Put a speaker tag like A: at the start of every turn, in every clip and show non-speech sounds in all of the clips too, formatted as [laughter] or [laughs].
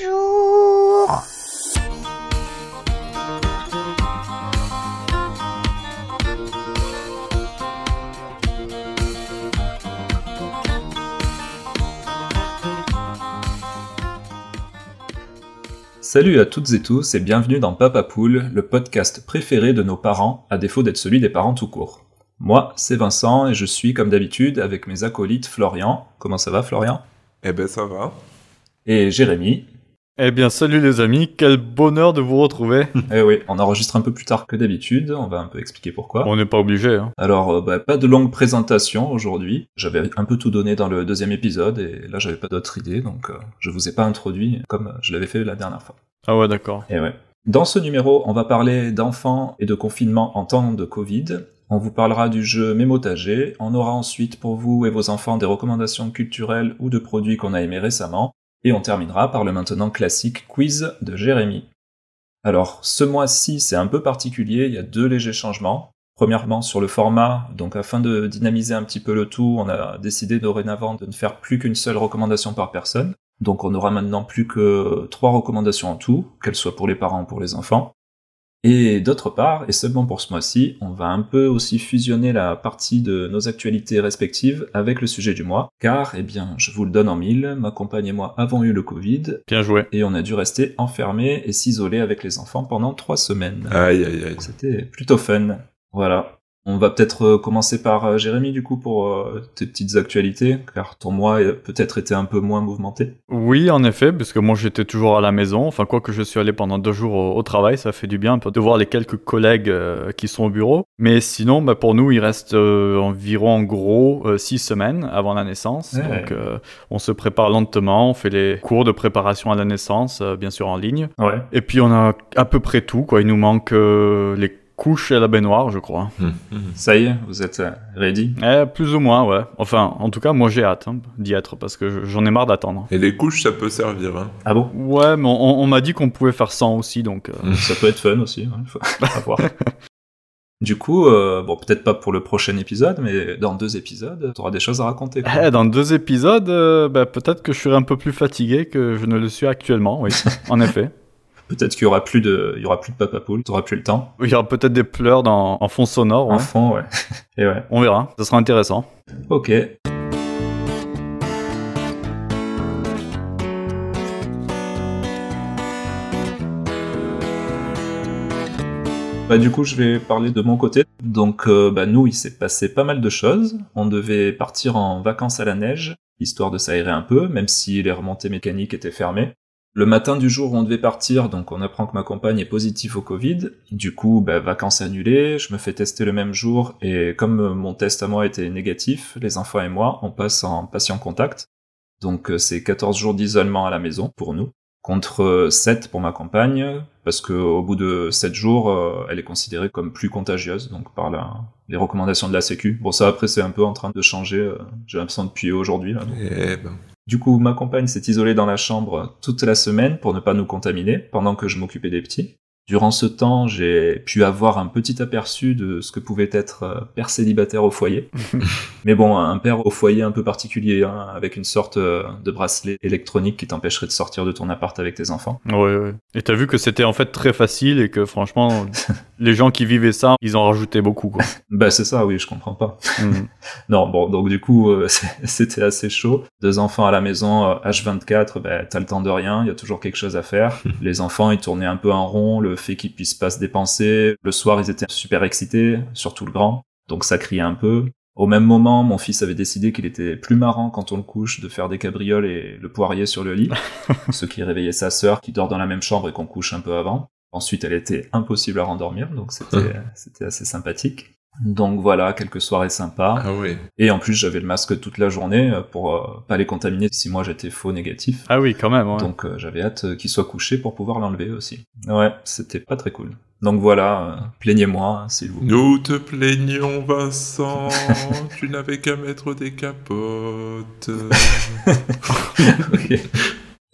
A: Bonjour
B: Salut à toutes et tous et bienvenue dans Papa Poule, le podcast préféré de nos parents, à défaut d'être celui des parents tout court. Moi, c'est Vincent et je suis comme d'habitude avec mes acolytes Florian. Comment ça va Florian
C: Eh ben ça va.
B: Et Jérémy.
D: Eh bien, salut les amis, quel bonheur de vous [laughs] retrouver.
B: Eh oui, on enregistre un peu plus tard que d'habitude, on va un peu expliquer pourquoi.
D: On n'est pas obligé. Hein.
B: Alors, euh, bah, pas de longue présentation aujourd'hui. J'avais un peu tout donné dans le deuxième épisode et là j'avais pas d'autre idée, donc euh, je vous ai pas introduit comme je l'avais fait la dernière fois.
D: Ah ouais, d'accord.
B: Et Eh ouais. Dans ce numéro, on va parler d'enfants et de confinement en temps de Covid. On vous parlera du jeu Mémotager. On aura ensuite pour vous et vos enfants des recommandations culturelles ou de produits qu'on a aimés récemment. Et on terminera par le maintenant classique quiz de Jérémy. Alors, ce mois-ci, c'est un peu particulier. Il y a deux légers changements. Premièrement, sur le format. Donc, afin de dynamiser un petit peu le tout, on a décidé dorénavant de ne faire plus qu'une seule recommandation par personne. Donc on aura maintenant plus que trois recommandations en tout, qu'elles soient pour les parents ou pour les enfants. Et d'autre part, et seulement pour ce mois-ci, on va un peu aussi fusionner la partie de nos actualités respectives avec le sujet du mois, car, eh bien, je vous le donne en mille, ma compagne et moi avons eu le Covid,
D: Bien joué.
B: et on a dû rester enfermés et s'isoler avec les enfants pendant trois semaines.
C: Aïe aïe aïe.
B: C'était plutôt fun. Voilà. On va peut-être euh, commencer par euh, Jérémy, du coup, pour euh, tes petites actualités, car ton mois a peut-être été un peu moins mouvementé.
D: Oui, en effet, parce que moi j'étais toujours à la maison. Enfin, quoi que je suis allé pendant deux jours au, au travail, ça fait du bien un peu de voir les quelques collègues euh, qui sont au bureau. Mais sinon, bah, pour nous, il reste euh, environ en gros euh, six semaines avant la naissance.
B: Ouais.
D: Donc, euh, on se prépare lentement, on fait les cours de préparation à la naissance, euh, bien sûr en ligne.
B: Ouais.
D: Et puis, on a à peu près tout. Quoi. Il nous manque euh, les couches et la baignoire, je crois.
C: Hum,
B: Ça y est, vous êtes euh, ready
D: Eh, plus ou moins, ouais. Enfin, en tout cas, moi j'ai hâte hein, d'y être parce que je- j'en ai marre d'attendre.
C: Et les couches, ça peut servir. Hein.
B: Ah bon
D: Ouais, mais on, on m'a dit qu'on pouvait faire 100 aussi, donc. euh,
B: Ça peut être fun aussi, ouais, faut- [laughs] à voir. Du coup, euh, bon, peut-être pas pour le prochain épisode, mais dans deux épisodes, t'auras des choses à raconter. quoi.
D: eh, dans deux épisodes, euh, bah, peut-être que je serai un peu plus fatigué que je ne le suis actuellement, [laughs] oui. en effet.
B: Peut-être qu'il y aura plus de, il y aura plus de papa poule, t'auras plus le temps.
D: Il y aura peut-être des pleurs dans, en fond sonore, ouais.
B: En fond, ouais. [laughs] Et ouais.
D: On verra, ça sera intéressant.
B: Ok. Bah, du coup, je vais parler de mon côté. Donc, euh, bah, nous, il s'est passé pas mal de choses. On devait partir en vacances à la neige, histoire de s'aérer un peu, même si les remontées mécaniques étaient fermées. Le matin du jour où on devait partir, donc on apprend que ma compagne est positive au Covid. Du coup, bah, vacances annulées, je me fais tester le même jour, et comme euh, mon test à moi était négatif, les enfants et moi, on passe en patient contact. Donc euh, c'est 14 jours d'isolement à la maison pour nous, contre euh, 7 pour ma compagne, parce que au bout de 7 jours, euh, elle est considérée comme plus contagieuse, donc par la, les recommandations de la Sécu. Bon ça après c'est un peu en train de changer, euh, j'ai l'impression depuis aujourd'hui là, donc
C: Eh ben.
B: du coup, ma compagne s'est isolée dans la chambre toute la semaine pour ne pas nous contaminer, pendant que je m'occupais des petits. Durant ce temps, j'ai pu avoir un petit aperçu de ce que pouvait être euh, père célibataire au foyer. Mais bon, un père au foyer un peu particulier, hein, avec une sorte euh, de bracelet électronique qui t'empêcherait de sortir de ton appart avec tes enfants.
D: Ouais, ouais. Et t'as vu que c'était en fait très facile et que [laughs] franchement, les gens qui vivaient ça, ils en rajoutaient beaucoup, [laughs] quoi.
B: Bah c'est ça, oui, je comprends pas.
D: Mm.
B: Non, bon, donc du coup, euh, [laughs] c'est- c'était assez chaud. Deux enfants à la maison, euh, H24, ben, t'as le temps de rien, il y a toujours quelque chose à faire. Les enfants, ils tournaient un peu en rond, le fait qu'ils puissent pas se dépenser. Le soir, ils étaient super excités, surtout le grand, donc ça criait un peu. Au même moment, mon fils avait décidé qu'il était plus marrant quand on le couche de faire des cabrioles et le poirier sur le lit, ce qui réveillait sa sœur qui dort dans la même chambre et qu'on couche un peu avant. Ensuite, elle était impossible à rendormir, donc c'était c'était assez sympathique. Donc voilà, quelques soirées sympas.
C: Ah oui.
B: Et en plus, j'avais le masque toute la journée euh, pour euh, pas les contaminer si moi j'étais faux négatif.
D: Ah oui, quand même, ouais.
B: Donc euh, j'avais hâte euh, qu'ils soient couchés pour pouvoir l'enlever aussi. Ouais, c'était pas très cool. Donc voilà, euh, plaignez-moi hein, s'il vous plaît.
C: Nous te plaignons, Vincent. tu n'avais qu'à mettre des capotes.
B: Ok.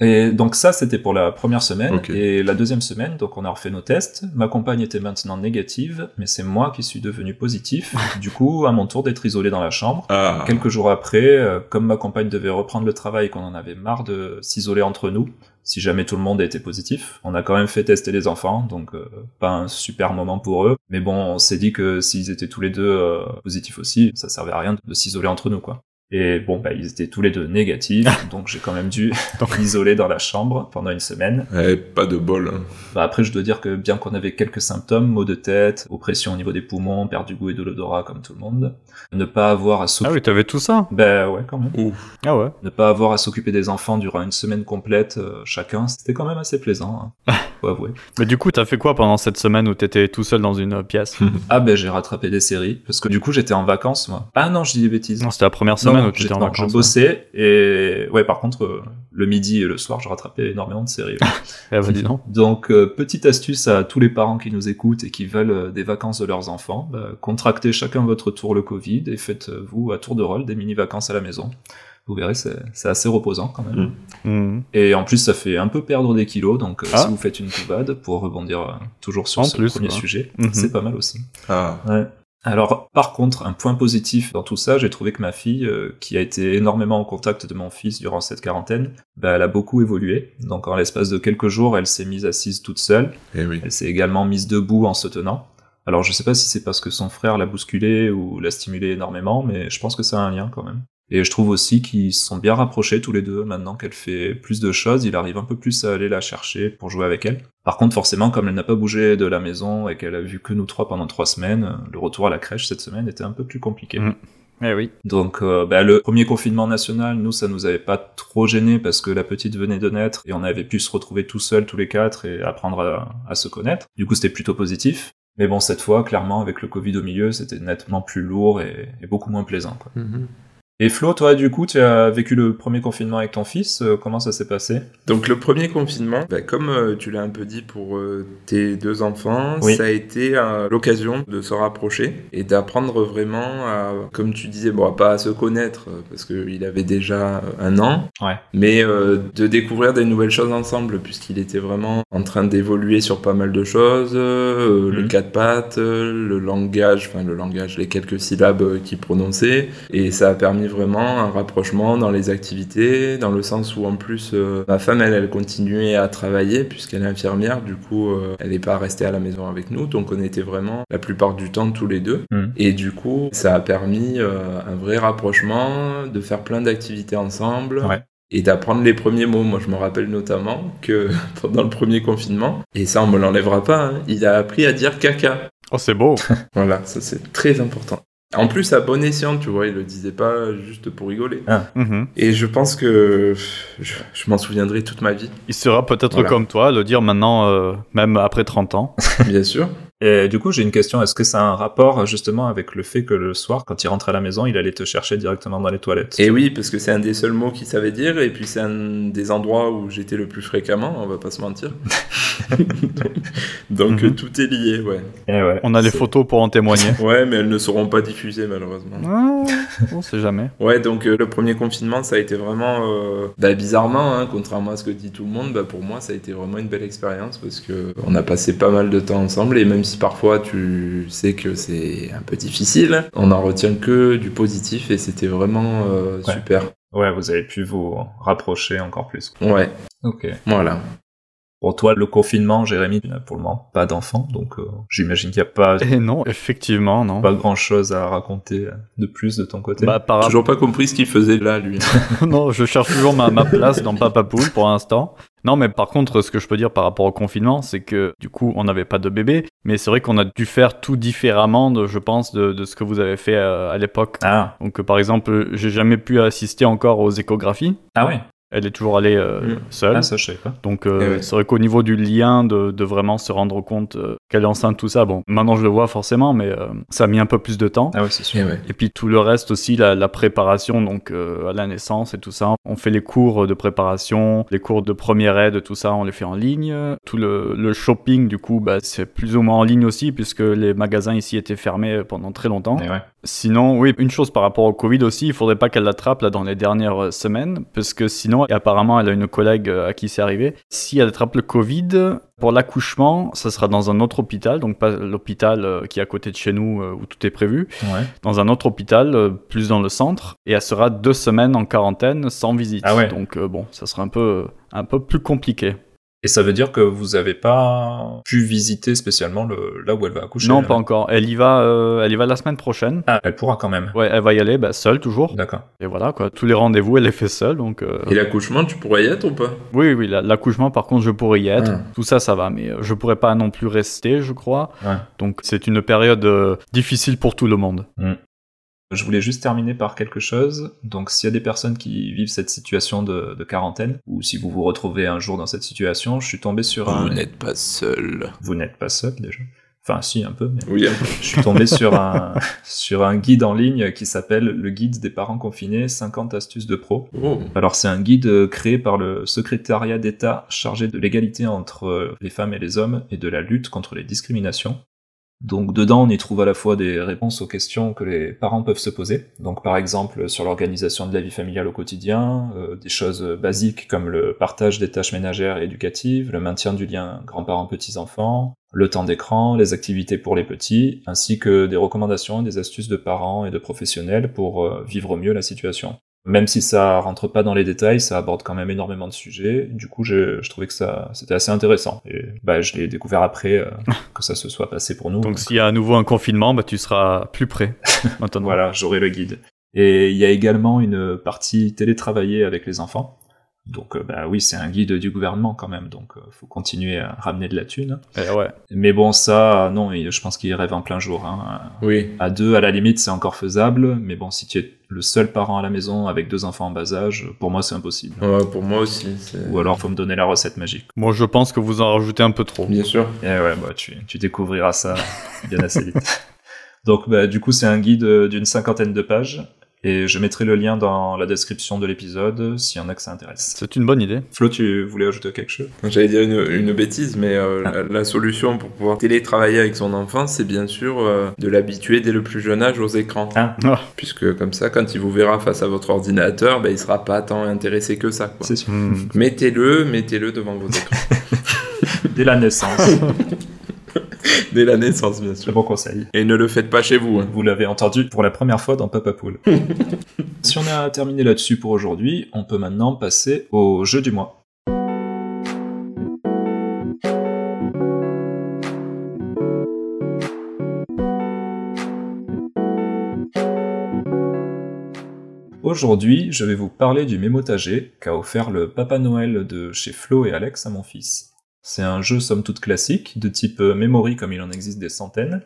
B: Et donc ça, c'était pour la première semaine.
C: Ok.
B: Et la deuxième semaine, donc on a refait nos tests. Ma compagne était maintenant négative, mais c'est moi qui suis devenu
D: [laughs]
B: positif. du coup, à mon tour d'être isolé dans la chambre.
C: Ah,
B: Quelques jours après, euh, comme ma compagne devait reprendre le travail et qu'on en avait marre de s'isoler entre nous, si jamais tout le monde était positif, on a quand même fait tester les enfants, donc euh, pas un super moment pour eux. Mais bon, on s'est dit que s'ils étaient tous les deux euh, positifs aussi, ça servait à rien de s'isoler entre nous, quoi. Et bon, bah, ils étaient tous les deux
D: [laughs]
B: négatifs, donc j'ai quand même dû
D: Donc-
B: m'isoler dans la chambre pendant une semaine.
C: eh, pas de bol. hein.
B: Bah, après, je dois dire que bien qu'on avait quelques symptômes, maux de tête, oppression au niveau des poumons, perte du goût et de l'odorat comme tout le monde, ne pas avoir à
D: Ah
B: s'occuper...
D: oui, t'avais tout ça
B: Bah ouais, quand même.
D: Ah ouais.
B: Ne pas avoir à s'occuper des enfants durant une semaine complète euh, chacun, c'était quand même assez plaisant,
D: [laughs]
B: hein. faut avouer.
D: Mais du coup, t'as fait quoi pendant cette semaine où t'étais tout seul dans une euh, pièce
B: Ah ben j'ai rattrapé des séries, parce que du coup j'étais en vacances moi. Ah non, je dis des bêtises.
D: Non, c'était la première semaine
B: Non,
D: où t'étais
B: j'étais-
D: en
B: non,
D: vacances.
B: je bossais et ouais par contre euh, le midi et le soir je rattrapais énormément de séries. ouais.
D: ouais. Eh [laughs] bah, dis donc.
B: Donc euh, petite astuce à tous les parents qui nous écoutent et qui veulent euh, des vacances de leurs enfants, bah, contractez chacun votre tour le Covid et faites-vous à tour de rôle des mini vacances à la maison. Vous verrez c'est c'est assez reposant quand même.
C: Mm.
D: Mhm.
B: Et en plus, ça fait un peu perdre des kilos, donc euh,
D: Ah.
B: si vous faites une couvade, pour rebondir euh, toujours sur
D: En
B: ce
D: plus,
B: premier
D: quoi.
B: sujet,
D: Mhm.
B: c'est pas mal aussi.
C: Ah,
B: Alors, par contre, un point positif dans tout ça, j'ai trouvé que ma fille, euh, qui a été énormément en contact de mon fils durant cette quarantaine, bah, elle a beaucoup évolué. Donc, en l'espace de quelques jours, elle s'est mise assise toute seule.
C: eh oui.
B: Elle s'est également mise debout en se tenant. Alors, je sais pas si c'est parce que son frère l'a bousculée ou l'a stimulée énormément, mais je pense que ça a un lien quand même. Et je trouve aussi qu'ils se sont bien rapprochés tous les deux. Maintenant qu'elle fait plus de choses, il arrive un peu plus à aller la chercher pour jouer avec elle. Par contre, forcément, comme elle n'a pas bougé de la maison et qu'elle a vu que nous trois pendant trois semaines, le retour à la crèche cette semaine était un peu plus compliqué.
D: Mm. Eh oui.
B: Donc, euh, bah, le premier confinement national, nous, ça nous avait pas trop gêné parce que la petite venait de naître et on avait pu se retrouver tout seuls tous les quatre et apprendre à, à se connaître. Du coup, c'était plutôt positif. Mais bon, cette fois, clairement, avec le Covid au milieu, c'était nettement plus lourd et, et beaucoup moins plaisant. Quoi. Et Flo, toi, du coup, tu as vécu le premier confinement avec ton fils. euh, Comment ça s'est passé
C: Donc le premier confinement, bah, comme euh, tu l'as un peu dit pour euh, tes deux enfants,
B: Oui.
C: ça a été euh, l'occasion de se rapprocher et d'apprendre vraiment à, comme tu disais, bon, à pas à se connaître euh, parce qu'il avait déjà euh, un an,
B: Ouais.
C: mais euh, de découvrir des nouvelles choses ensemble puisqu'il était vraiment en train d'évoluer sur pas mal de choses, euh, le
B: Mhm.
C: quatre pattes, euh, le langage, enfin le langage, les quelques syllabes euh, qu'il prononçait, et ça a permis vraiment un rapprochement dans les activités, dans le sens où en plus euh, ma femme elle, elle continuait à travailler puisqu'elle est infirmière, du coup euh, elle n'est pas restée à la maison avec nous, donc on était vraiment la plupart du temps tous les deux.
B: Mm.
C: Et du coup ça a permis euh, un vrai rapprochement, de faire plein d'activités ensemble.
B: Ouais.
C: Et d'apprendre les premiers mots. Moi, je me rappelle notamment que [laughs] pendant le premier confinement, et ça, on me l'enlèvera pas, hein, il a appris à dire caca.
D: Oh, c'est beau.
C: Voilà, ça c'est très important. En plus, à bon escient, tu vois, il le disait pas juste pour rigoler.
D: [laughs] Mhm.
C: Et je pense que pff, je, je m'en souviendrai toute ma vie,
D: Il sera peut-être
C: Voilà.
D: comme toi, le dire maintenant, euh, même après 30 ans.
C: bien sûr.
B: Et du coup, j'ai une question. Est-ce que ça a un rapport justement avec le fait que le soir, quand il rentrait à la maison, il allait te chercher directement dans les toilettes
C: Et oui, parce que c'est un des seuls mots qu'il savait dire, et puis c'est un des endroits où j'étais le plus fréquemment, on va pas se mentir. [laughs] Donc
D: Mhm.
C: tout est lié, ouais.
B: Eh ouais.
D: On a les
C: C'est-
D: photos pour en témoigner.
C: Ouais, mais elles ne seront pas diffusées malheureusement.
D: [laughs] Ah, on sait jamais.
C: Ouais, donc euh, le premier confinement, ça a été vraiment, euh, bah, bizarrement, hein, contrairement à ce que dit tout le monde, bah, pour moi, ça a été vraiment une belle expérience parce que on a passé pas mal de temps ensemble et même si parfois tu sais que c'est un peu difficile, on en retient que du positif et c'était vraiment euh,
B: Ouais.
C: super.
B: Ouais, vous avez pu vous rapprocher encore plus.
C: Ouais,
B: Ok.
C: voilà.
B: Pour toi, le confinement, Jérémy, tu n'as pour le moment pas d'enfant, donc euh, j'imagine qu'il n'y a pas,
D: Et non, effectivement, non.
B: pas grand-chose à raconter de plus de ton côté.
D: Bah, par
C: Toujours pas compris ce qu'il faisait là, lui.
D: [laughs] non, je cherche toujours ma, ma place dans Papa Poule pour l'instant. Non, mais par contre, ce que je peux dire par rapport au confinement, c'est que du coup, on n'avait pas de bébé, mais c'est vrai qu'on a dû faire tout différemment, de, je pense, de, de ce que vous avez fait euh, à l'époque.
B: Ah,
D: Donc, euh, par exemple, euh, j'ai jamais pu assister encore aux échographies.
B: ah oui,
D: Elle est toujours allée euh,
C: Mm.
D: seule.
B: ah, ça je savais pas.
D: Donc, euh,
C: Eh ouais.
D: c'est vrai qu'au niveau du lien, de, de vraiment se rendre compte euh, qu'elle est enceinte, tout ça. Bon, maintenant je le vois forcément, mais euh, ça a mis un peu plus de temps.
B: Ah ouais, c'est sûr.
C: [laughs] Et ouais.
D: Et puis tout le reste aussi, la, la préparation donc euh, à la naissance et tout ça. On fait les cours de préparation, les cours de première aide, tout ça, on les fait en ligne. Tout le, le shopping du coup, bah, c'est plus ou moins en ligne aussi puisque les magasins ici étaient fermés pendant très longtemps.
B: Et Eh ouais.
D: Sinon, oui, une chose par rapport au Covid aussi, il faudrait pas qu'elle l'attrape là dans les dernières euh, semaines, parce que sinon, et apparemment, elle a une collègue euh, à qui c'est arrivé. Si elle attrape le Covid, pour l'accouchement, ça sera dans un autre hôpital, donc pas l'hôpital euh, qui est à côté de chez nous euh, où tout est prévu,
B: Ouais.
D: dans un autre hôpital, euh, plus dans le centre, et elle sera deux semaines en quarantaine sans visite.
B: Ah ouais.
D: Donc euh, bon, ça sera un peu, un peu plus compliqué.
B: Et ça veut dire que vous avez pas pu visiter spécialement le, là où elle va accoucher
D: non,
B: elle.
D: pas encore. Elle y va, euh, elle y va la semaine prochaine.
B: Ah, elle pourra quand même.
D: Ouais, elle va y aller bah, seule toujours.
B: D'accord.
D: Et voilà quoi. Tous les rendez-vous, elle les fait seule. Donc euh,
C: Et l'accouchement, tu pourrais y être ou pas
D: oui, oui. la- L'accouchement, par contre, je pourrais y être.
B: Mmh.
C: Ah.
D: Tout ça, ça va. Mais euh, je pourrais pas non plus rester, je crois.
B: Ouais.
D: Donc c'est une période euh, difficile pour tout le monde.
B: Je voulais juste terminer par quelque chose. Donc, s'il y a des personnes qui vivent cette situation de, de quarantaine, ou si vous vous retrouvez un jour dans cette situation, je suis tombé sur un.
C: pas seul.
B: Vous n'êtes pas seul déjà. Enfin, si, un peu, mais
C: Oui, hein.
B: je suis tombé sur un, sur un guide en ligne qui s'appelle Le guide des parents confinés 50 astuces de pro.
C: Oh.
B: Alors c'est un guide euh, créé par le secrétariat d'État chargé de l'égalité entre euh, les femmes et les hommes et de la lutte contre les discriminations. Donc dedans on y trouve à la fois des réponses aux questions que les parents peuvent se poser, donc par exemple sur l'organisation de la vie familiale au quotidien, euh, des choses basiques comme le partage des tâches ménagères et éducatives, le maintien du lien grands-parents-petits-enfants, le temps d'écran, les activités pour les petits, ainsi que des recommandations et des astuces de parents et de professionnels pour euh, vivre au mieux la situation même si ça rentre pas dans les détails, ça aborde quand même énormément de sujets. Du coup, je, je trouvais que ça c'était assez intéressant. Et bah, je l'ai découvert après euh, que ça se soit passé pour nous.
D: Ah. Donc s'il y a à nouveau un confinement, bah, tu seras plus près
B: [laughs]
D: maintenant.
B: Voilà, j'aurai le guide. Et il y a également une partie télétravaillée avec les enfants. Donc euh, bah oui, c'est un guide du gouvernement quand même, donc euh, faut continuer à ramener de la thune.
D: Eh ouais.
B: Mais bon, ça, non, il- je pense qu'il rêve en plein jour. Hein.
C: Oui.
B: À deux, à la limite, c'est encore faisable, mais bon, si tu es le seul parent à la maison avec deux enfants en bas âge, pour moi, c'est impossible.
C: Ouais, pour moi aussi. c'est-
B: Ou alors faut me donner la recette magique.
D: Moi, je pense que vous en rajoutez un peu trop.
C: Bien sûr.
B: Et ouais, bah, tu, tu découvriras ça bien assez [laughs] vite. Donc bah, du coup c'est un guide euh, d'une cinquantaine de pages et je mettrai le lien dans la description de l'épisode s'il y en a que ça intéresse.
D: C'est une bonne idée.
B: Flo, tu voulais ajouter quelque chose
C: J'allais dire une, une bêtise, mais euh, la, la solution pour pouvoir télétravailler avec son enfant, c'est bien sûr euh, de l'habituer dès le plus jeune âge aux écrans.
B: Ah.
D: Ah.
C: Puisque comme ça, quand il vous verra face à votre ordinateur, ben, il sera pas tant intéressé que ça. quoi.
B: C'est sûr.
D: [laughs] Hmm.
C: Mettez-le, mettez-le devant vos écrans. [laughs]
B: Dès la naissance, [laughs]
C: dès la naissance, bien
B: très
C: sûr.
B: bon conseil.
C: Et ne le faites pas chez vous. hein.
B: Vous l'avez entendu pour la première fois dans Papa Poule. si on a terminé là-dessus pour aujourd'hui, on peut maintenant passer au jeu du mois. Aujourd'hui, je vais vous parler du mémotager qu'a offert le Papa Noël de chez Flo et Alex à mon fils. C'est un jeu somme toute classique, de type euh, memory comme il en existe des centaines,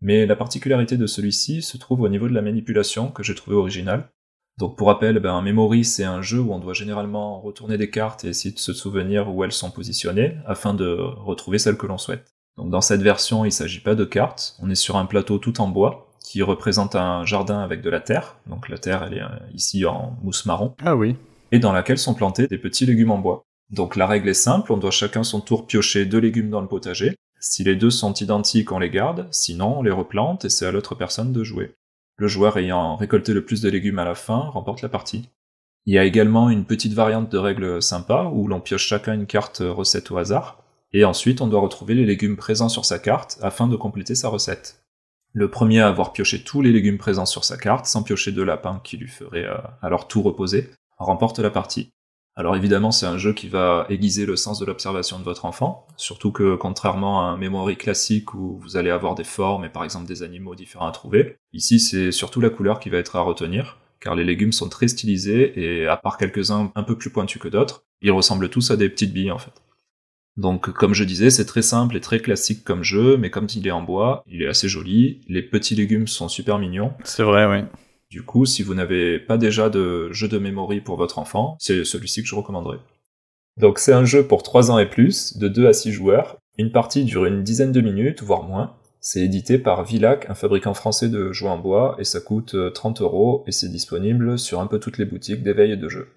B: mais la particularité de celui-ci se trouve au niveau de la manipulation que j'ai trouvé originale. Donc pour rappel, ben, un memory c'est un jeu où on doit généralement retourner des cartes et essayer de se souvenir où elles sont positionnées afin de retrouver celles que l'on souhaite. Donc dans cette version, il s'agit pas de cartes, on est sur un plateau tout en bois qui représente un jardin avec de la terre. Donc la terre elle est euh, ici en mousse marron
D: Ah oui.
B: et dans laquelle sont plantés des petits légumes en bois. Donc la règle est simple, on doit chacun son tour piocher deux légumes dans le potager. Si les deux sont identiques, on les garde, sinon on les replante et c'est à l'autre personne de jouer. Le joueur ayant récolté le plus de légumes à la fin remporte la partie. Il y a également une petite variante de règle sympa où l'on pioche chacun une carte recette au hasard, et ensuite on doit retrouver les légumes présents sur sa carte afin de compléter sa recette. Le premier à avoir pioché tous les légumes présents sur sa carte, sans piocher de lapin qui lui ferait euh, alors tout reposer, remporte la partie. Alors évidemment, c'est un jeu qui va aiguiser le sens de l'observation de votre enfant, surtout que contrairement à un memory classique où vous allez avoir des formes et par exemple des animaux différents à trouver, ici c'est surtout la couleur qui va être à retenir, car les légumes sont très stylisés et à part quelques-uns un peu plus pointus que d'autres, ils ressemblent tous à des petites billes en fait. Donc comme je disais, c'est très simple et très classique comme jeu, mais comme il est en bois, il est assez joli, les petits légumes sont super mignons,
D: C'est vrai, oui.
B: du coup, si vous n'avez pas déjà de jeu de memory pour votre enfant, c'est celui-ci que je recommanderais. Donc c'est un jeu pour 3 ans et plus, de 2 à 6 joueurs, Une partie dure une dizaine de minutes, voire moins. C'est édité par Vilac, un fabricant français de jouets en bois, et ça coûte 30 euros, et c'est disponible sur un peu toutes les boutiques d'éveil et de jeux.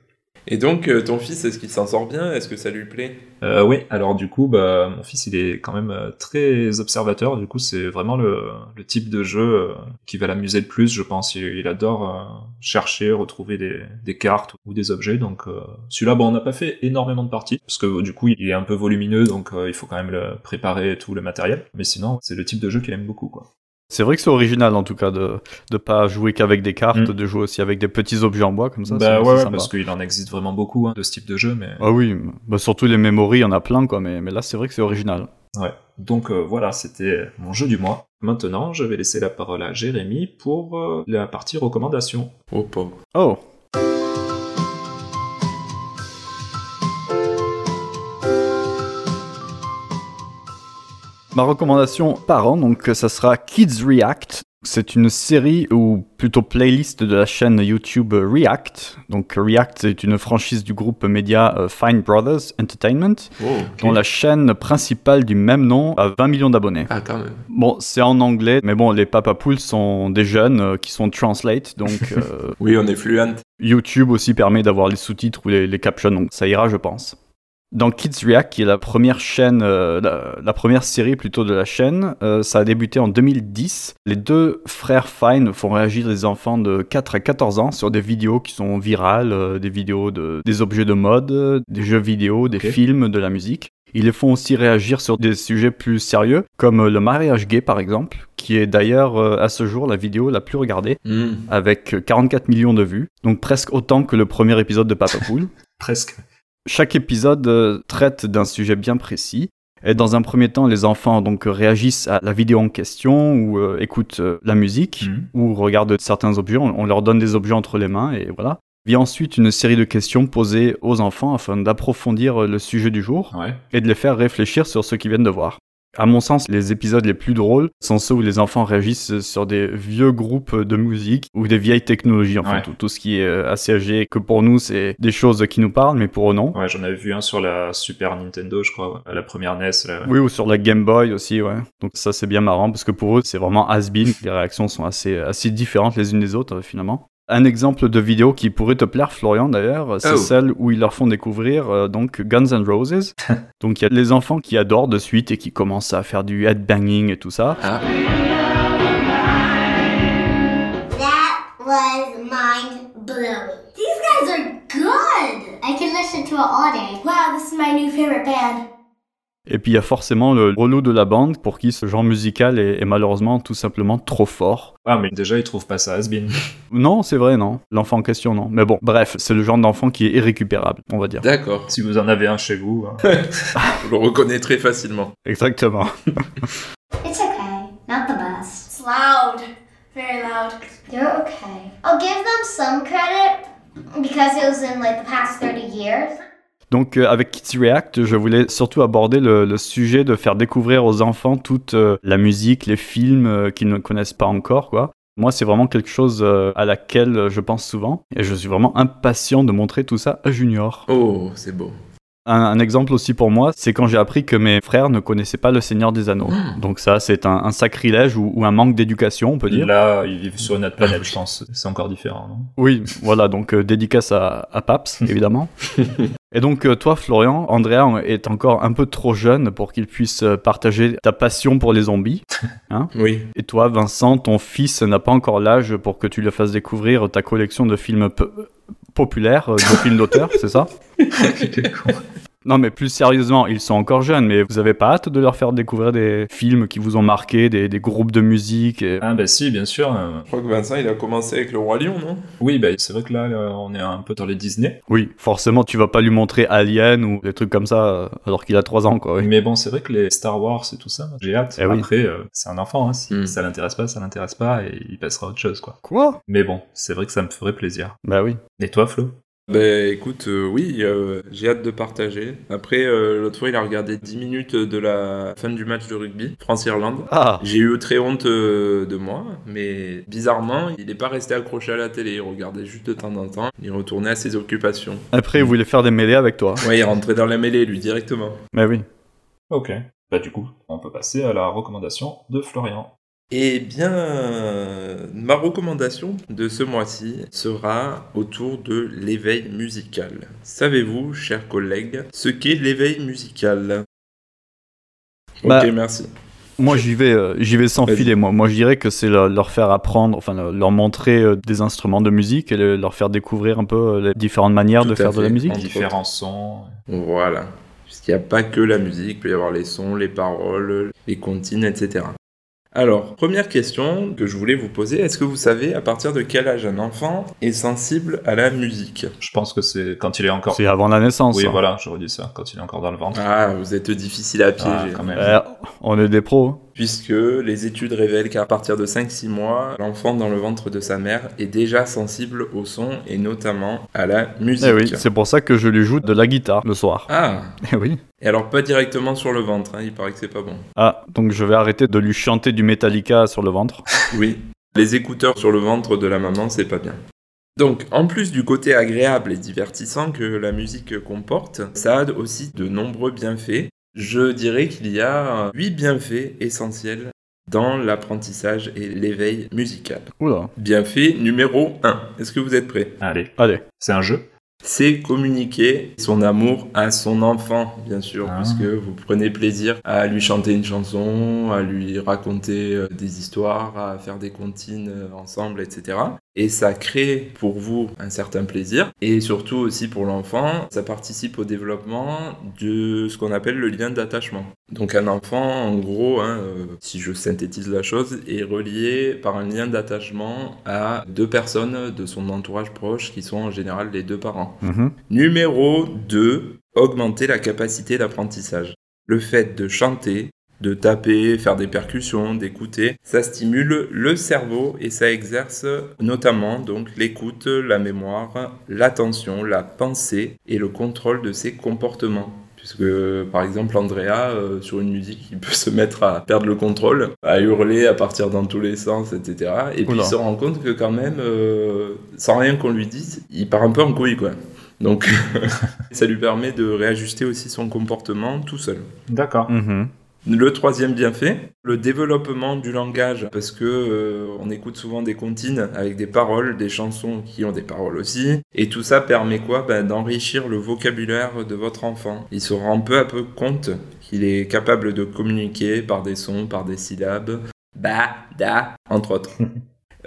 C: Et donc, euh, ton fils, est-ce qu'il s'en sort bien Est-ce que ça lui plaît
B: Euh, oui, alors du coup, bah, mon fils, il est quand même euh, très observateur. Du coup, c'est vraiment le, le type de jeu euh, qui va l'amuser le plus, je pense. Il, il adore euh, chercher, retrouver des, des cartes ou des objets. Donc euh, celui-là, bon, on n'a pas fait énormément de parties parce que euh, du coup, il est un peu volumineux, donc euh, il faut quand même le préparer et tout le matériel. Mais sinon, c'est le type de jeu qu'il aime beaucoup, quoi.
D: C'est vrai que c'est original en tout cas de ne pas jouer qu'avec des cartes,
B: Mm.
D: de jouer aussi avec des petits objets en bois comme ça.
B: bah
D: c'est-
B: ouais,
D: c'est
B: ouais,
D: sympa.
B: parce qu'il en existe vraiment beaucoup hein, de ce type de jeu, mais
D: Ah oui, bah, surtout les memories, il y en a plein quoi, mais, mais là c'est vrai que c'est original.
B: Ouais. Donc euh, voilà, c'était mon jeu du mois. Maintenant, je vais laisser la parole à Jérémy pour euh, la partie recommandation.
C: Oh pauvre.
D: Oh Ma recommandation par an, donc ça sera Kids React. C'est une série ou plutôt playlist de la chaîne YouTube React. Donc React est une franchise du groupe média euh, Fine Brothers Entertainment,
C: Oh,
D: dont la chaîne principale du même nom a 20 millions d'abonnés.
C: Ah, quand même.
D: Bon, c'est en anglais, mais bon, les Papa Poules sont des jeunes euh, qui sont translate, donc euh,
C: Oui, on est fluent.
D: YouTube aussi permet d'avoir les sous-titres ou les, les captions, donc ça ira, je pense. Dans Kids React, qui est la première chaîne, euh, la, la première série plutôt de la chaîne, euh, ça a débuté en 2010. Les deux frères Fine font réagir les enfants de 4 à 14 ans sur des vidéos qui sont virales, euh, des vidéos de, des objets de mode, euh, des jeux vidéo, des
B: Ok.
D: films, de la musique. Ils les font aussi réagir sur des sujets plus sérieux, comme euh, le mariage gay par exemple, qui est d'ailleurs euh, à ce jour la vidéo la plus regardée
C: Hmm.
D: avec 44 millions de vues, donc presque autant que le premier épisode de Papa Poule.
B: Presque.
D: Chaque épisode euh, traite d'un sujet bien précis. Et dans un premier temps, les enfants donc réagissent à la vidéo en question ou euh, écoutent euh, la musique
B: Mhm.
D: ou regardent certains objets. On, on leur donne des objets entre les mains et voilà. Vient ensuite une série de questions posées aux enfants afin d'approfondir euh, le sujet du jour
B: Ouais.
D: et de les faire réfléchir sur ce qu'ils viennent de voir. À mon sens, les épisodes les plus drôles sont ceux où les enfants réagissent sur des vieux groupes de musique ou des vieilles technologies, enfin
B: Ouais.
D: tout, tout ce qui est euh, assez âgé, que pour nous c'est des choses qui nous parlent, mais pour eux non.
B: Ouais, j'en avais vu un sur la Super Nintendo, je crois, ouais. la première E NES. la-
D: Oui, ou sur la Game Boy aussi, ouais. Donc ça c'est bien marrant parce que pour eux c'est vraiment has-been, les réactions sont assez, assez différentes les unes des autres euh, finalement. Un exemple de vidéo qui pourrait te plaire, Florian d'ailleurs, euh, c'est
C: Oh.
D: celle où ils leur font découvrir euh, donc Guns N' Roses. donc il y a les enfants qui adorent de suite et qui commencent à faire du headbanging et tout ça.
C: Ah,
A: That was mind blowing. These guys are good. I can listen to it all day. Wow, this is my new favorite band.
D: Et puis il y a forcément le relou de la bande pour qui ce genre musical est- est malheureusement tout simplement trop fort.
B: Ah, mais déjà, ils trouvent pas ça
D: [laughs]
B: has-been.
D: Non, c'est vrai, non. L'enfant en question, non. Mais bon, bref, c'est le genre d'enfant qui est irrécupérable, on va dire.
C: d'accord.
B: si vous en avez un chez vous. hein.
C: Je le reconnais très facilement.
D: Exactement.
A: It's okay. Not the best.
E: It's loud. Very loud.
A: They're okay. I'll give them some credit because it was in like the past 30 years.
D: Donc euh, avec Kids React, je voulais surtout aborder le, le sujet de faire découvrir aux enfants toute euh, la musique, les films euh, qu'ils ne connaissent pas encore, quoi. Moi, c'est vraiment quelque chose euh, à laquelle euh, je pense souvent, et je suis vraiment impatient de montrer tout ça à Junior.
C: Oh, c'est beau.
D: Un, un exemple aussi pour moi, c'est quand j'ai appris que mes frères ne connaissaient pas le Seigneur des Anneaux. Donc ça, c'est un, un sacrilège ou, ou un manque d'éducation, on peut dire.
B: Là, ils vivent sur une autre planète, je pense. C'est encore différent, non
D: Oui, voilà, donc euh, dédicace à, à Paps, évidemment. Et donc, euh, toi, Florian, Andrea est encore un peu trop jeune pour qu'il puisse euh, partager ta passion pour les zombies.
C: Oui.
D: Et toi, Vincent, ton fils n'a pas encore l'âge pour que tu lui fasses découvrir ta collection de films peu- populaires, euh, de films d'auteur, c'est ça Non, mais plus sérieusement, ils sont encore jeunes, mais vous avez pas hâte de leur faire découvrir des films qui vous ont marqué, des, des groupes de musique et-
B: Ah, bah si, bien sûr. euh.
C: Je crois que Vincent, il a commencé avec le Roi Lion, non
B: Oui, bah c'est vrai que là, là, on est un peu dans les Disney.
D: Oui, forcément, tu vas pas lui montrer Alien ou des trucs comme ça, euh, alors qu'il a 3 ans, quoi. Ah oui.
B: Mais bon, c'est vrai que les Star Wars et tout ça, j'ai hâte.
D: Eh oui. Hmm.
B: Après, euh, c'est un enfant, hein, si
C: Mm.
B: ça l'intéresse pas, ça l'intéresse pas, et il passera à autre chose, quoi.
D: Quoi
B: Mais bon, c'est vrai que ça me ferait plaisir.
D: Bah oui.
B: Et toi, Flo
C: Ben écoute, euh, oui, euh, j'ai hâte de partager. Après, euh, l'autre fois, il a regardé 10 minutes de la fin du match de rugby, France-Irlande.
D: Ah
C: J'ai eu très honte euh, de moi, mais bizarrement, il n'est pas resté accroché à la télé. Il regardait juste de temps en temps. Il retournait à ses occupations.
D: Après, il voulait faire des mêlées avec toi.
C: Ouais, il rentrait dans la mêlée, lui, directement.
D: Mais oui.
B: Ok. Bah du coup, on peut passer à la recommandation de Florian.
C: Eh bien, euh, ma recommandation de ce mois-ci sera autour de l'éveil musical. Savez-vous, chers collègues, ce qu'est l'éveil musical Ok,
D: Bah,
C: merci.
D: Moi, j'y vais, euh, j'y vais sans
C: Vas-y.
D: filer. Moi, moi, je dirais que c'est leur, leur faire apprendre, enfin, leur leur montrer euh, des instruments de musique et le- leur faire découvrir un peu euh, les différentes manières
C: Tout
D: de
C: à
D: faire de la
C: fait.
D: musique.
C: Entre
B: Différents sons.
C: Voilà. Puisqu'il n'y a pas que la musique, il peut y avoir les sons, les paroles, les comptines, etc. Alors, première question que je voulais vous poser, est-ce que vous savez à partir de quel âge un enfant est sensible à la musique
B: Je pense que c'est quand il est encore.
D: C'est avant la naissance.
B: Oui,
D: hein.
B: voilà, j'aurais dit ça, quand il est encore dans le ventre.
C: Ah, vous êtes difficile à piéger.
B: Ah, quand même.
D: Euh, on est des pros. hein.
C: puisque les études révèlent qu'à partir de 5-6 mois, l'enfant dans le ventre de sa mère est déjà sensible au son et notamment à la musique.
D: Eh oui, c'est pour ça que je lui joue de la guitare le soir.
C: ah,
D: [laughs] Eh oui.
C: et alors pas directement sur le ventre, hein, il paraît que c'est pas bon.
D: Ah, donc je vais arrêter de lui chanter du Metallica sur le ventre.
C: Oui, les écouteurs sur le ventre de la maman, c'est pas bien. Donc, en plus du côté agréable et divertissant que la musique comporte, ça a aussi de nombreux bienfaits. Je dirais qu'il y a 8 bienfaits essentiels dans l'apprentissage et l'éveil musical.
D: Oula.
C: Bienfait numéro 1. Est-ce que vous êtes prêts
B: Allez,
D: Allez.
B: c'est un jeu.
C: c'est communiquer son amour à son enfant, bien sûr,
B: Ah.
C: puisque vous prenez plaisir à lui chanter une chanson, à lui raconter euh, des histoires, à faire des comptines euh, ensemble, etc. Et ça crée pour vous un certain plaisir, et surtout aussi pour l'enfant, ça participe au développement de ce qu'on appelle le lien d'attachement. Donc un enfant, en gros, hein, euh, si je synthétise la chose, est relié par un lien d'attachement à deux personnes de son entourage proche, qui sont en général les deux parents.
D: Mhm.
C: Numéro 2, augmenter la capacité d'apprentissage. Le fait de chanter, de taper, faire des percussions, d'écouter, ça stimule le cerveau et ça exerce notamment donc l'écoute, la mémoire, l'attention, la pensée et le contrôle de ses comportements. Puisque, par exemple, Andrea, euh, sur une musique, il peut se mettre à perdre le contrôle, à hurler, à partir dans tous les sens, etc. Et puis,
D: Oula.
C: il se rend compte que, quand même, euh, sans rien qu'on lui dise, il part un peu en couille, quoi. Donc, [laughs] ça lui permet de réajuster aussi son comportement tout seul.
B: D'accord.
D: Mhm.
C: Le troisième bienfait, le développement du langage, parce que euh, on écoute souvent des comptines avec des paroles, des chansons qui ont des paroles aussi, et tout ça permet quoi Ben, D'enrichir le vocabulaire de votre enfant. Il se rend peu à peu compte qu'il est capable de communiquer par des sons, par des syllabes, ba, da, entre autres.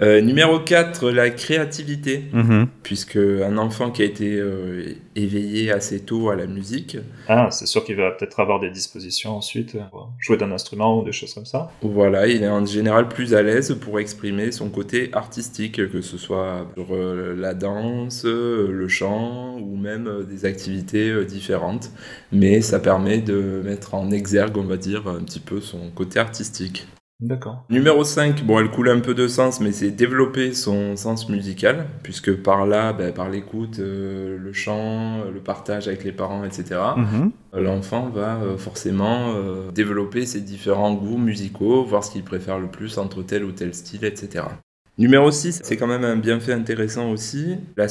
C: Euh, numéro 4, la créativité
D: Mhm.
C: puisque un enfant qui a été euh, éveillé assez tôt à la musique,
B: Ah, c'est sûr qu'il va peut-être avoir des dispositions ensuite, euh, jouer d'un instrument ou des choses comme ça.
C: voilà, il est en général plus à l'aise pour exprimer son côté artistique, que ce soit sur euh, la danse, euh, le chant ou même euh, des activités euh, différentes, mais ça permet de mettre en exergue, on va dire, un petit peu son côté artistique.
B: D'accord.
C: Numéro 5, bon, elle coule un peu de sens, mais c'est développer son sens musical, puisque par là, ben, par l'écoute, euh, le chant, euh, le partage avec les parents, etc.
D: Mhm.
C: L'enfant va euh, forcément euh, développer ses différents goûts musicaux, voir ce qu'il préfère le plus entre tel ou tel style, etc. Numéro 6, c'est quand même un bienfait intéressant aussi, la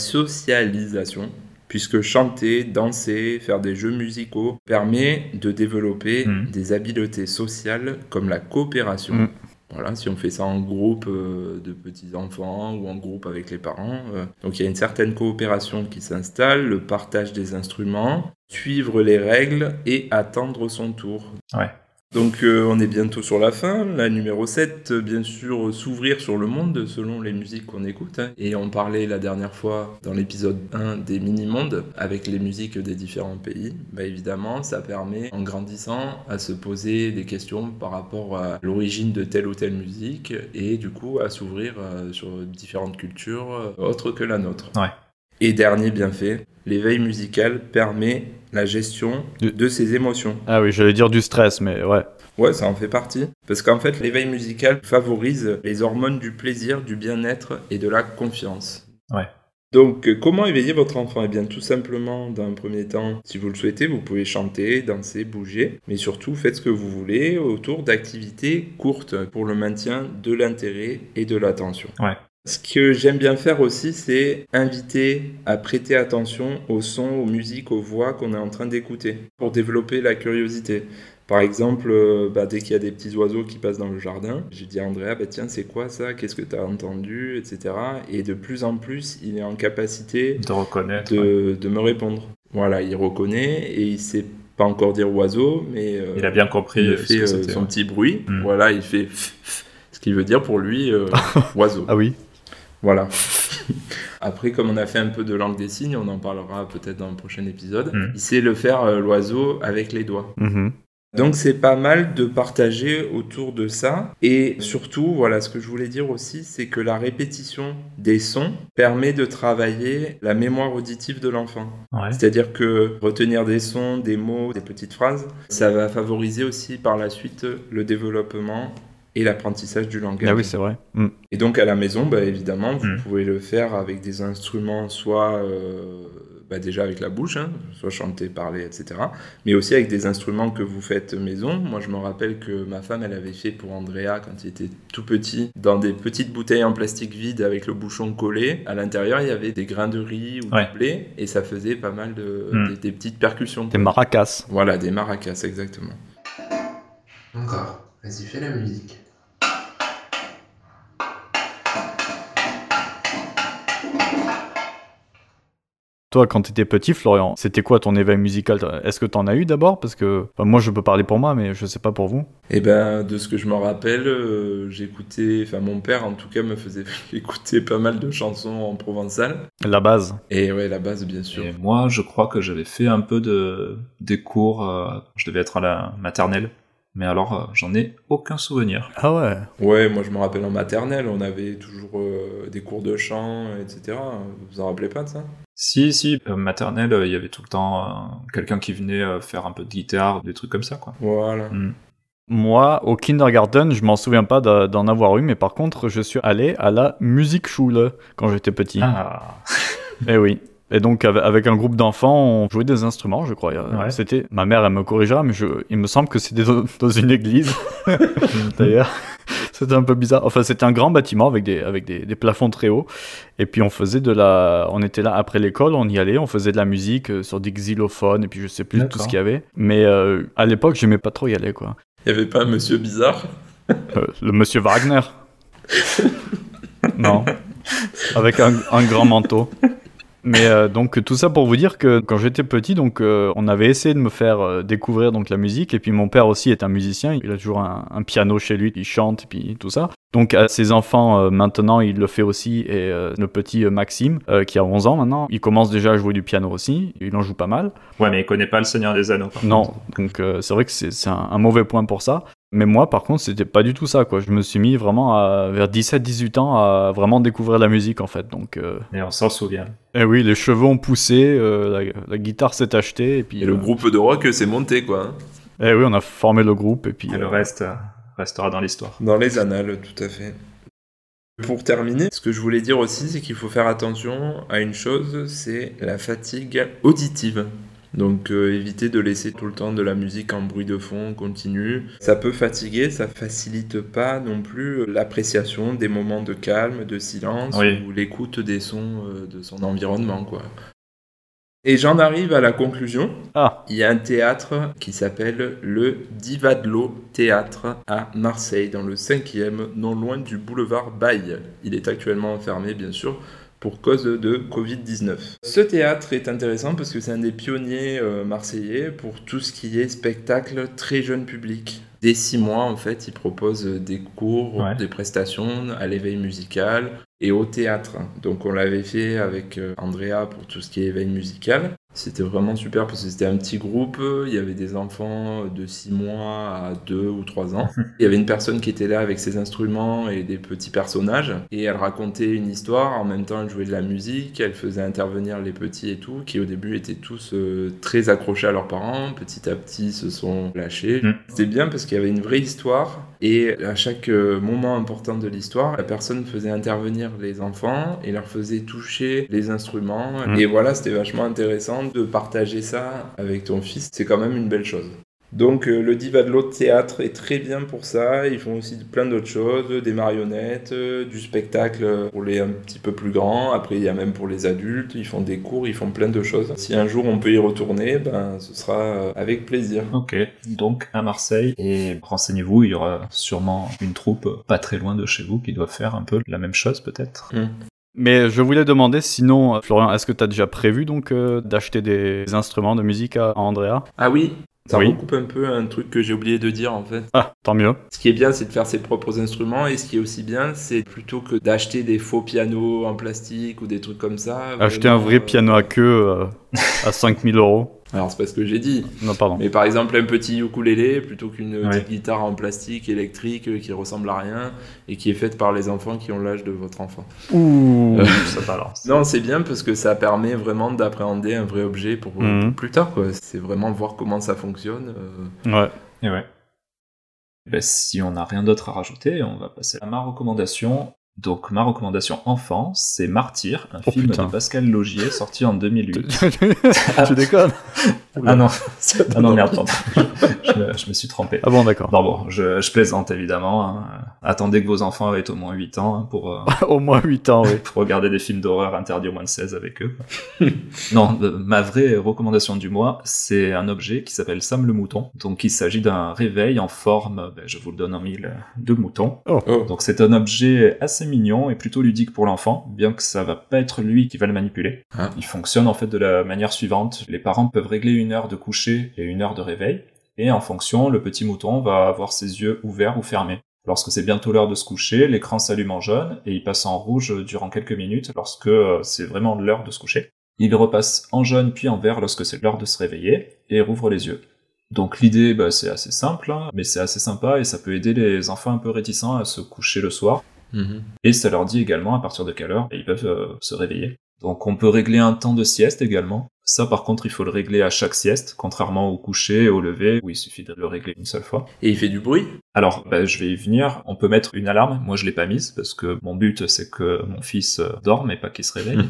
C: socialisation, puisque chanter, danser, faire des jeux musicaux permet de développer
B: Mhm.
C: des habiletés sociales comme la coopération.
D: Mhm.
C: Voilà, si on fait ça en groupe euh, de petits-enfants ou en groupe avec les parents. euh. Donc il y a une certaine coopération qui s'installe, le partage des instruments, suivre les règles et attendre son tour.
B: Ouais.
C: Donc euh, on est bientôt sur la fin. La numéro 7, euh, bien sûr, euh, s'ouvrir sur le monde selon les musiques qu'on écoute. hein. Et on parlait la dernière fois dans l'épisode 1 des mini-mondes avec les musiques des différents pays. Bah, évidemment, ça permet en grandissant à se poser des questions par rapport à l'origine de telle ou telle musique et du coup à s'ouvrir euh, sur différentes cultures euh, autres que la nôtre.
B: Ouais.
C: Et dernier bienfait, l'éveil musical permet la gestion
D: De-
C: de ses émotions.
D: Ah oui, j'allais dire du stress, mais ouais.
C: Ouais, ça en fait partie. Parce qu'en fait, l'éveil musical favorise les hormones du plaisir, du bien-être et de la confiance.
B: Ouais.
C: Donc, euh, comment éveiller votre enfant Eh bien, tout simplement, dans un premier temps, si vous le souhaitez, vous pouvez chanter, danser, bouger. Mais surtout, faites ce que vous voulez autour d'activités courtes pour le maintien de l'intérêt et de l'attention.
B: Ouais.
C: Ce que j'aime bien faire aussi, c'est inviter à prêter attention aux sons, aux musiques, aux voix qu'on est en train d'écouter pour développer la curiosité. Par exemple, euh, bah, dès qu'il y a des petits oiseaux qui passent dans le jardin, j'ai dit à Andrea, bah, tiens, c'est quoi ça Qu'est-ce que tu as entendu etc. Et de plus en plus, il est en capacité
B: de reconnaître. ouais.
C: de, de me répondre. Voilà, il reconnaît et il sait pas encore dire oiseau, mais euh,
B: Il a bien compris
C: il
B: euh, ce
C: fait
B: que
C: euh,
B: c'était.
C: son petit bruit.
B: Mm.
C: Voilà, il fait [laughs] ce qui veut dire pour lui
B: [laughs]
C: euh, oiseau.
D: Ah oui.
C: Voilà. [laughs] Après, comme on a fait un peu de langue des signes, on en parlera peut-être dans le prochain épisode.
B: Mm.
C: Il sait le faire euh, l'oiseau avec les doigts.
D: Mhm.
C: Donc c'est pas mal de partager autour de ça. Et surtout, voilà, ce que je voulais dire aussi, c'est que la répétition des sons permet de travailler la mémoire auditive de l'enfant.
B: Ouais.
C: C'est-à-dire que retenir des sons, des mots, des petites phrases, ça va favoriser aussi par la suite le développement et l'apprentissage du langage.
D: Ah oui, c'est vrai. Mm.
C: Et donc à la maison, bah, évidemment, vous
B: Mm.
C: pouvez le faire avec des instruments, soit euh, bah, déjà avec la bouche, hein, soit chanter, parler, etc. Mais aussi avec des instruments que vous faites maison. Moi, je me rappelle que ma femme, elle avait fait pour Andrea quand il était tout petit, dans des petites bouteilles en plastique vide avec le bouchon collé. À l'intérieur, il y avait des grains de riz ou
B: Ouais.
C: de blé, et ça faisait pas mal de
B: Mm.
C: des, des petites percussions.
D: Des maracas.
C: Voilà, des maracas, exactement.
F: Encore. Vas-y, fais la musique.
D: Toi, quand t'étais petit, Florian, c'était quoi ton éveil musical Est-ce que t'en as eu d'abord Parce que enfin, moi, je peux parler pour moi, mais je sais pas pour vous.
C: Et ben, de ce que je me rappelle, euh, j'écoutais, enfin mon père en tout cas me faisait [laughs] écouter pas mal de chansons en provençal.
D: La base.
C: Et ouais, la base bien sûr.
B: Et moi, je crois que j'avais fait un peu de des cours. euh, je devais être à la maternelle, mais alors euh, j'en ai aucun souvenir.
D: Ah ouais.
C: Ouais, moi je me rappelle en maternelle, on avait toujours euh, des cours de chant, etc. Vous vous en rappelez pas de ça
B: Si, si, euh, maternelle, euh, il y avait tout le temps euh, quelqu'un qui venait euh, faire un peu de guitare, des trucs comme ça, quoi.
C: Voilà.
D: Moi, au kindergarten, je m'en souviens pas d'a- d'en avoir eu, mais par contre, je suis allé à la Musikschule quand j'étais petit.
B: Ah,
D: Eh oui. Et donc, ave- avec un groupe d'enfants, on jouait des instruments, je crois. Euh,
B: Ouais.
D: C'était. Ma mère, elle me corrigera, mais je... il me semble que c'était dans dans une église,
B: Mmh.
D: d'ailleurs. [laughs] C'était un peu bizarre. Enfin, c'était un grand bâtiment avec des, avec des, des plafonds très hauts. Et puis, on faisait de la. On était là après l'école, on y allait, on faisait de la musique euh, sur des xylophones, et puis je sais plus tout
B: D'accord.
D: ce qu'il y avait. Mais euh, à l'époque, j'aimais pas trop y aller, quoi.
C: Il y avait pas un monsieur bizarre
D: Euh, le monsieur Wagner Non. Avec un, un grand manteau. Mais euh, donc tout ça pour vous dire que quand j'étais petit, donc euh, on avait essayé de me faire euh, découvrir donc la musique et puis mon père aussi est un musicien, il a toujours un, un piano chez lui, il chante et puis tout ça. Donc à ses enfants euh, maintenant il le fait aussi et euh, le petit euh, Maxime euh, qui a 11 ans maintenant, il commence déjà à jouer du piano aussi, il en joue pas mal.
B: [laughs] ouais, mais il connaît pas le Seigneur des Anneaux. par
D: Non,
B: contre.
D: donc euh, c'est vrai que c'est c'est un, un mauvais point pour ça. Mais moi, par contre, c'était pas du tout ça, quoi. Je me suis mis vraiment à, vers 17-18 ans à vraiment découvrir la musique, en fait. Donc, euh,
B: Et on s'en souvient.
D: eh oui, les cheveux ont poussé, euh, la, la guitare s'est achetée, et puis.
C: Et le
D: euh,
C: groupe de rock, c'est monté quoi. hein.
D: Eh oui, on a formé le groupe, et puis.
B: Et le
D: euh,
B: reste euh, restera dans l'histoire.
C: Dans les annales, tout à fait. Pour terminer, ce que je voulais dire aussi, c'est qu'il faut faire attention à une chose, c'est la fatigue auditive. Donc euh, éviter de laisser tout le temps de la musique en bruit de fond continu. Ça peut fatiguer, ça facilite pas non plus l'appréciation des moments de calme, de silence
B: Oui.
C: ou l'écoute des sons euh, de son environnement quoi. Et j'en arrive à la conclusion.
D: Ah,
C: Il y a un théâtre qui s'appelle le Divadlo Théâtre à Marseille, dans le 5e, non loin du boulevard Baille. Il est actuellement fermé, bien sûr, pour cause de Covid-19. Ce théâtre est intéressant parce que c'est un des pionniers euh, marseillais pour tout ce qui est spectacle très jeune public. Dès 6 mois, en fait, il propose des cours,
B: Ouais.
C: des prestations à l'éveil musical, et au théâtre. Donc on l'avait fait avec euh, Andrea pour tout ce qui est éveil musical. C'était vraiment super parce que c'était un petit groupe, euh, il y avait des enfants de 6 mois à 2 ou 3 ans. Il y avait une personne qui était là avec ses instruments et des petits personnages et elle racontait une histoire, en même temps elle jouait de la musique, elle faisait intervenir les petits et tout, qui au début étaient tous euh, très accrochés à leurs parents, petit à petit se sont lâchés.
B: Mm.
C: C'était bien parce qu'il y avait une vraie histoire et à chaque euh, moment important de l'histoire, la personne faisait intervenir les enfants et leur faisait toucher les instruments.
D: Mm.
C: Et voilà, c'était vachement intéressant de partager ça avec ton fils, c'est quand même une belle chose. Donc euh, le Diva de l'autre théâtre est très bien pour ça. Ils font aussi plein d'autres choses, des marionnettes, euh, du spectacle pour les un petit peu plus grands. Après il y a même pour les adultes, ils font des cours, ils font plein de choses. Si un jour on peut y retourner, ben ce sera euh, avec plaisir.
B: Ok, donc à Marseille, et renseignez-vous, il y aura sûrement une troupe pas très loin de chez vous qui doit faire un peu la même chose peut-être.
D: Mais je voulais demander, sinon, euh, Florian, est-ce que tu as déjà prévu donc euh, d'acheter des instruments de musique à à Andrea
C: Ah oui. Ça
D: Oui.
C: recoupe un peu un truc que j'ai oublié de dire en fait.
D: Ah, tant mieux.
C: Ce qui est bien, c'est de faire ses propres instruments. Et ce qui est aussi bien, c'est plutôt que d'acheter des faux pianos en plastique ou des trucs comme ça.
D: Acheter un
C: vraiment,
D: vrai
C: euh,
D: piano à queue euh, à 5000 euros.
C: Alors, c'est pas ce que j'ai dit.
D: Non, pardon.
C: Mais par exemple, un petit ukulélé plutôt qu'une
B: Ouais.
C: petite guitare en plastique électrique euh, qui ressemble à rien et qui est faite par les enfants qui ont l'âge de votre enfant.
D: Ouh.
B: ça balance.
C: Non, c'est bien parce que ça permet vraiment d'appréhender un vrai objet pour euh,
D: Mhm.
C: pour plus tard. quoi. C'est vraiment voir comment ça fonctionne. euh,
D: Ouais.
B: Et ouais. Ben, si on n'a rien d'autre à rajouter, on va passer à ma recommandation. Donc ma recommandation enfant, c'est Martyr, un
D: Oh,
B: film
D: putain.
B: de Pascal Logier sorti en 2008.
D: [laughs] tu déconnes
B: Ah
D: [laughs]
B: non, ah non
C: donne
B: merde, pardon. je, me- je me suis trompé.
D: Ah bon, d'accord.
B: Non bon, je, je plaisante évidemment. hein. Attendez que vos enfants aient au moins 8 ans hein, pour, euh,
D: [laughs] Au moins 8 ans, oui.
B: pour regarder des films d'horreur interdits au moins de 16 avec eux. [laughs] non, euh, ma vraie recommandation du mois, c'est un objet qui s'appelle Sam le mouton. Donc il s'agit d'un réveil en forme, ben, je vous le donne en mille, de mouton.
C: Oh.
B: Donc c'est un objet assez mignon et plutôt ludique pour l'enfant, bien que ça va pas être lui qui va le manipuler.
C: Ah.
B: Il fonctionne en fait de la manière suivante. Les parents peuvent régler une heure de coucher et une heure de réveil, et en fonction, le petit mouton va avoir ses yeux ouverts ou fermés. Lorsque c'est bientôt l'heure de se coucher, l'écran s'allume en jaune et il passe en rouge durant quelques minutes lorsque euh, c'est vraiment l'heure de se coucher. Il repasse en jaune puis en vert lorsque c'est l'heure de se réveiller et rouvre les yeux. Donc l'idée, bah, c'est assez simple, hein, mais c'est assez sympa et ça peut aider les enfants un peu réticents à se coucher le soir.
C: Mhm.
B: Et ça leur dit également à partir de quelle heure ils peuvent euh, se réveiller. Donc on peut régler un temps de sieste également. Ça par contre, il faut le régler à chaque sieste, contrairement au coucher et au lever où il suffit de le régler une seule fois.
C: Et il fait du bruit.
B: Alors, bah, je vais y venir. On peut mettre une alarme. Moi, je l'ai pas mise parce que mon but, c'est que mon fils euh, dorme et pas qu'il se réveille.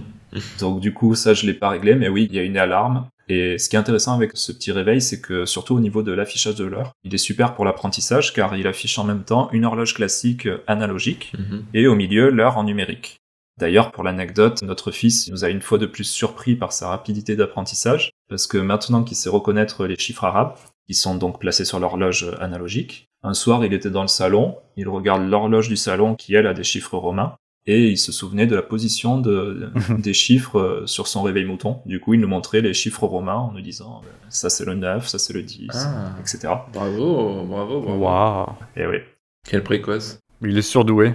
B: Donc, du coup, ça, je l'ai pas réglé. Mais oui, il y a une alarme. Et ce qui est intéressant avec ce petit réveil, c'est que surtout au niveau de l'affichage de l'heure, il est super pour l'apprentissage car il affiche en même temps une horloge classique euh, analogique
C: Mhm.
B: et au milieu l'heure en numérique. D'ailleurs, pour l'anecdote, notre fils nous a une fois de plus surpris par sa rapidité d'apprentissage, parce que maintenant qu'il sait reconnaître les chiffres arabes, qui sont donc placés sur l'horloge analogique, un soir il était dans le salon, il regarde l'horloge du salon qui elle a des chiffres romains, et il se souvenait de la position de, des chiffres euh, sur son réveil mouton. Du coup, il nous montrait les chiffres romains en nous disant, euh, ça c'est le 9, ça c'est le 10,
C: Ah.
B: etc.
C: Bravo, bravo, bravo.
D: Waouh.
B: Et oui.
C: Quelle précoce.
D: Il est surdoué.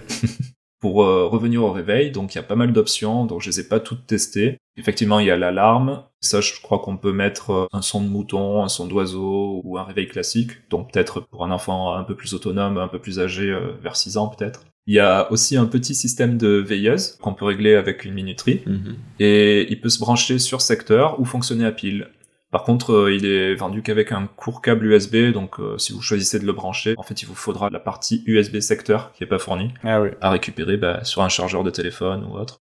B: Pour euh, revenir au réveil, donc il y a pas mal d'options, donc je les ai pas toutes testées. Effectivement, il y a l'alarme. Ça, je crois qu'on peut mettre euh, un son de mouton, un son d'oiseau ou un réveil classique. Donc peut-être pour un enfant un peu plus autonome, un peu plus âgé, euh, vers 6 ans peut-être. Il y a aussi un petit système de veilleuse qu'on peut régler avec une minuterie.
C: Mhm.
B: Et il peut se brancher sur secteur ou fonctionner à pile. Par contre, euh, il est vendu qu'avec un court câble USB, donc euh, si vous choisissez de le brancher, en fait, il vous faudra la partie USB secteur qui est pas fournie
D: Ah oui.
B: à récupérer bah, sur un chargeur de téléphone ou autre.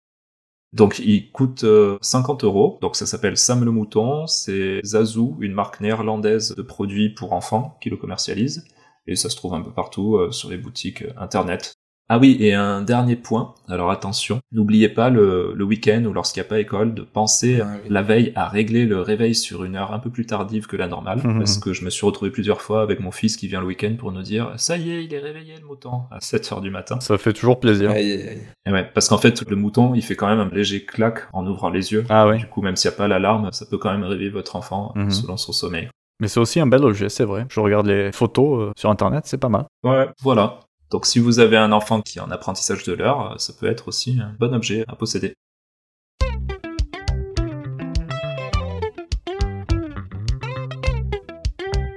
B: Donc il coûte euh, 50 euros, donc ça s'appelle Sam le Mouton, c'est Zazu, une marque néerlandaise de produits pour enfants qui le commercialise, et ça se trouve un peu partout euh, sur les boutiques euh, internet. Ah oui, et un dernier point, alors attention, n'oubliez pas le, le week-end ou lorsqu'il n'y a pas école de penser
C: Ah oui.
B: la veille à régler le réveil sur une heure un peu plus tardive que la normale,
D: Mhm.
B: parce que je me suis retrouvé plusieurs fois avec mon fils qui vient le week-end pour nous dire « ça y est, il est réveillé le mouton » à 7h du matin.
D: Ça fait toujours plaisir.
C: Aïe, aïe, aïe.
B: Et Eh ouais, parce qu'en fait, le mouton, il fait quand même un léger claque en ouvrant les yeux.
D: Ah oui.
B: Du coup, même s'il n'y a pas l'alarme, ça peut quand même réveiller votre enfant euh,
D: Mhm.
B: selon son sommeil.
D: Mais c'est aussi un bel objet, c'est vrai. Je regarde les photos euh, sur internet, c'est pas mal.
B: Ouais, voilà. Donc si vous avez un enfant qui est en apprentissage de l'heure, euh, ça peut être aussi un bon objet à posséder.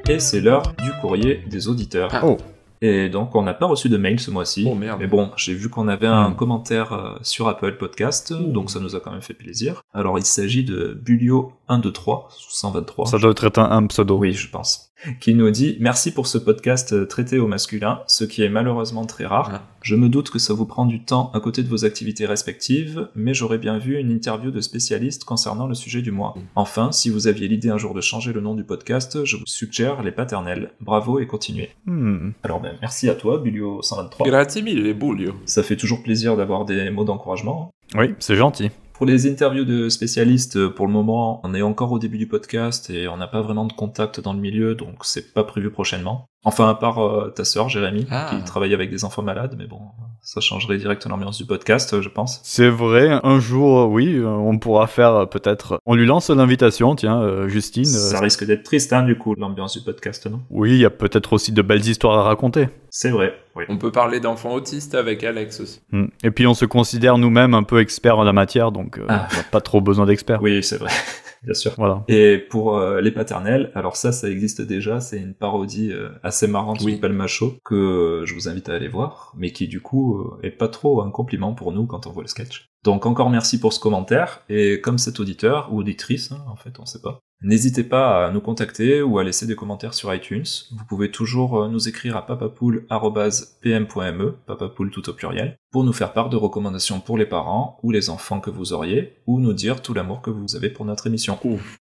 B: Et c'est l'heure du courrier des auditeurs.
C: Ah.
D: Oh.
B: Et donc on n'a pas reçu de mail ce mois-ci.
C: Oh merde.
B: Mais bon, j'ai vu qu'on avait un
D: Hmm.
B: commentaire euh, sur Apple Podcast, donc ça nous a quand même fait plaisir. Alors il s'agit de Bulio1 1, 2, 3, 123.
D: Ça doit être un, un pseudo.
B: Oui, je pense. Qui nous dit Merci pour ce podcast euh, traité au masculin, ce qui est malheureusement très rare.
C: Ah.
B: Je me doute que ça vous prend du temps à côté de vos activités respectives, mais j'aurais bien vu une interview de spécialiste concernant le sujet du mois. Enfin, si vous aviez l'idée un jour de changer le nom du podcast, je vous suggère les paternels. Bravo et continuez.
D: Hmm.
B: Alors, ben, merci à toi, Bulio123.
C: Grazie mille, Bulio.
B: Ça fait toujours plaisir d'avoir des mots d'encouragement.
D: Oui, c'est gentil.
B: Pour les interviews de spécialistes, euh, pour le moment, on est encore au début du podcast et on n'a pas vraiment de contact dans le milieu, donc c'est pas prévu prochainement. Enfin, à part euh, ta sœur, Jérémy,
C: Ah.
B: qui travaille avec des enfants malades, mais bon, ça changerait direct l'ambiance du podcast, euh, je pense.
D: C'est vrai, un jour, euh, oui, euh, on pourra faire euh, peut-être. On lui lance l'invitation, tiens, euh, Justine. euh,
B: Ça risque d'être triste, hein, du coup, l'ambiance du podcast, non
D: Oui, il y a peut-être aussi de belles histoires à raconter.
B: C'est vrai, oui.
C: On peut parler d'enfants autistes avec Alex aussi.
D: Hmm. Et puis on se considère nous-mêmes un peu experts en la matière, donc euh,
B: Ah.
D: on n'a pas trop besoin d'experts.
B: Oui, c'est vrai, [laughs] bien sûr.
D: Voilà.
B: Et pour euh, les paternels, alors ça, ça existe déjà, c'est une parodie euh, assez marrante
C: Oui.
B: du Palmacho que euh, je vous invite à aller voir, mais qui du coup euh, est pas trop un compliment pour nous quand on voit le sketch. Donc encore merci pour ce commentaire, et comme cet auditeur, ou auditrice, hein, en fait, on sait pas, n'hésitez pas à nous contacter ou à laisser des commentaires sur iTunes. Vous pouvez toujours euh, nous écrire à papapool.pm.me, papapool E, tout au pluriel, pour nous faire part de recommandations pour les parents ou les enfants que vous auriez, ou nous dire tout l'amour que vous avez pour notre émission.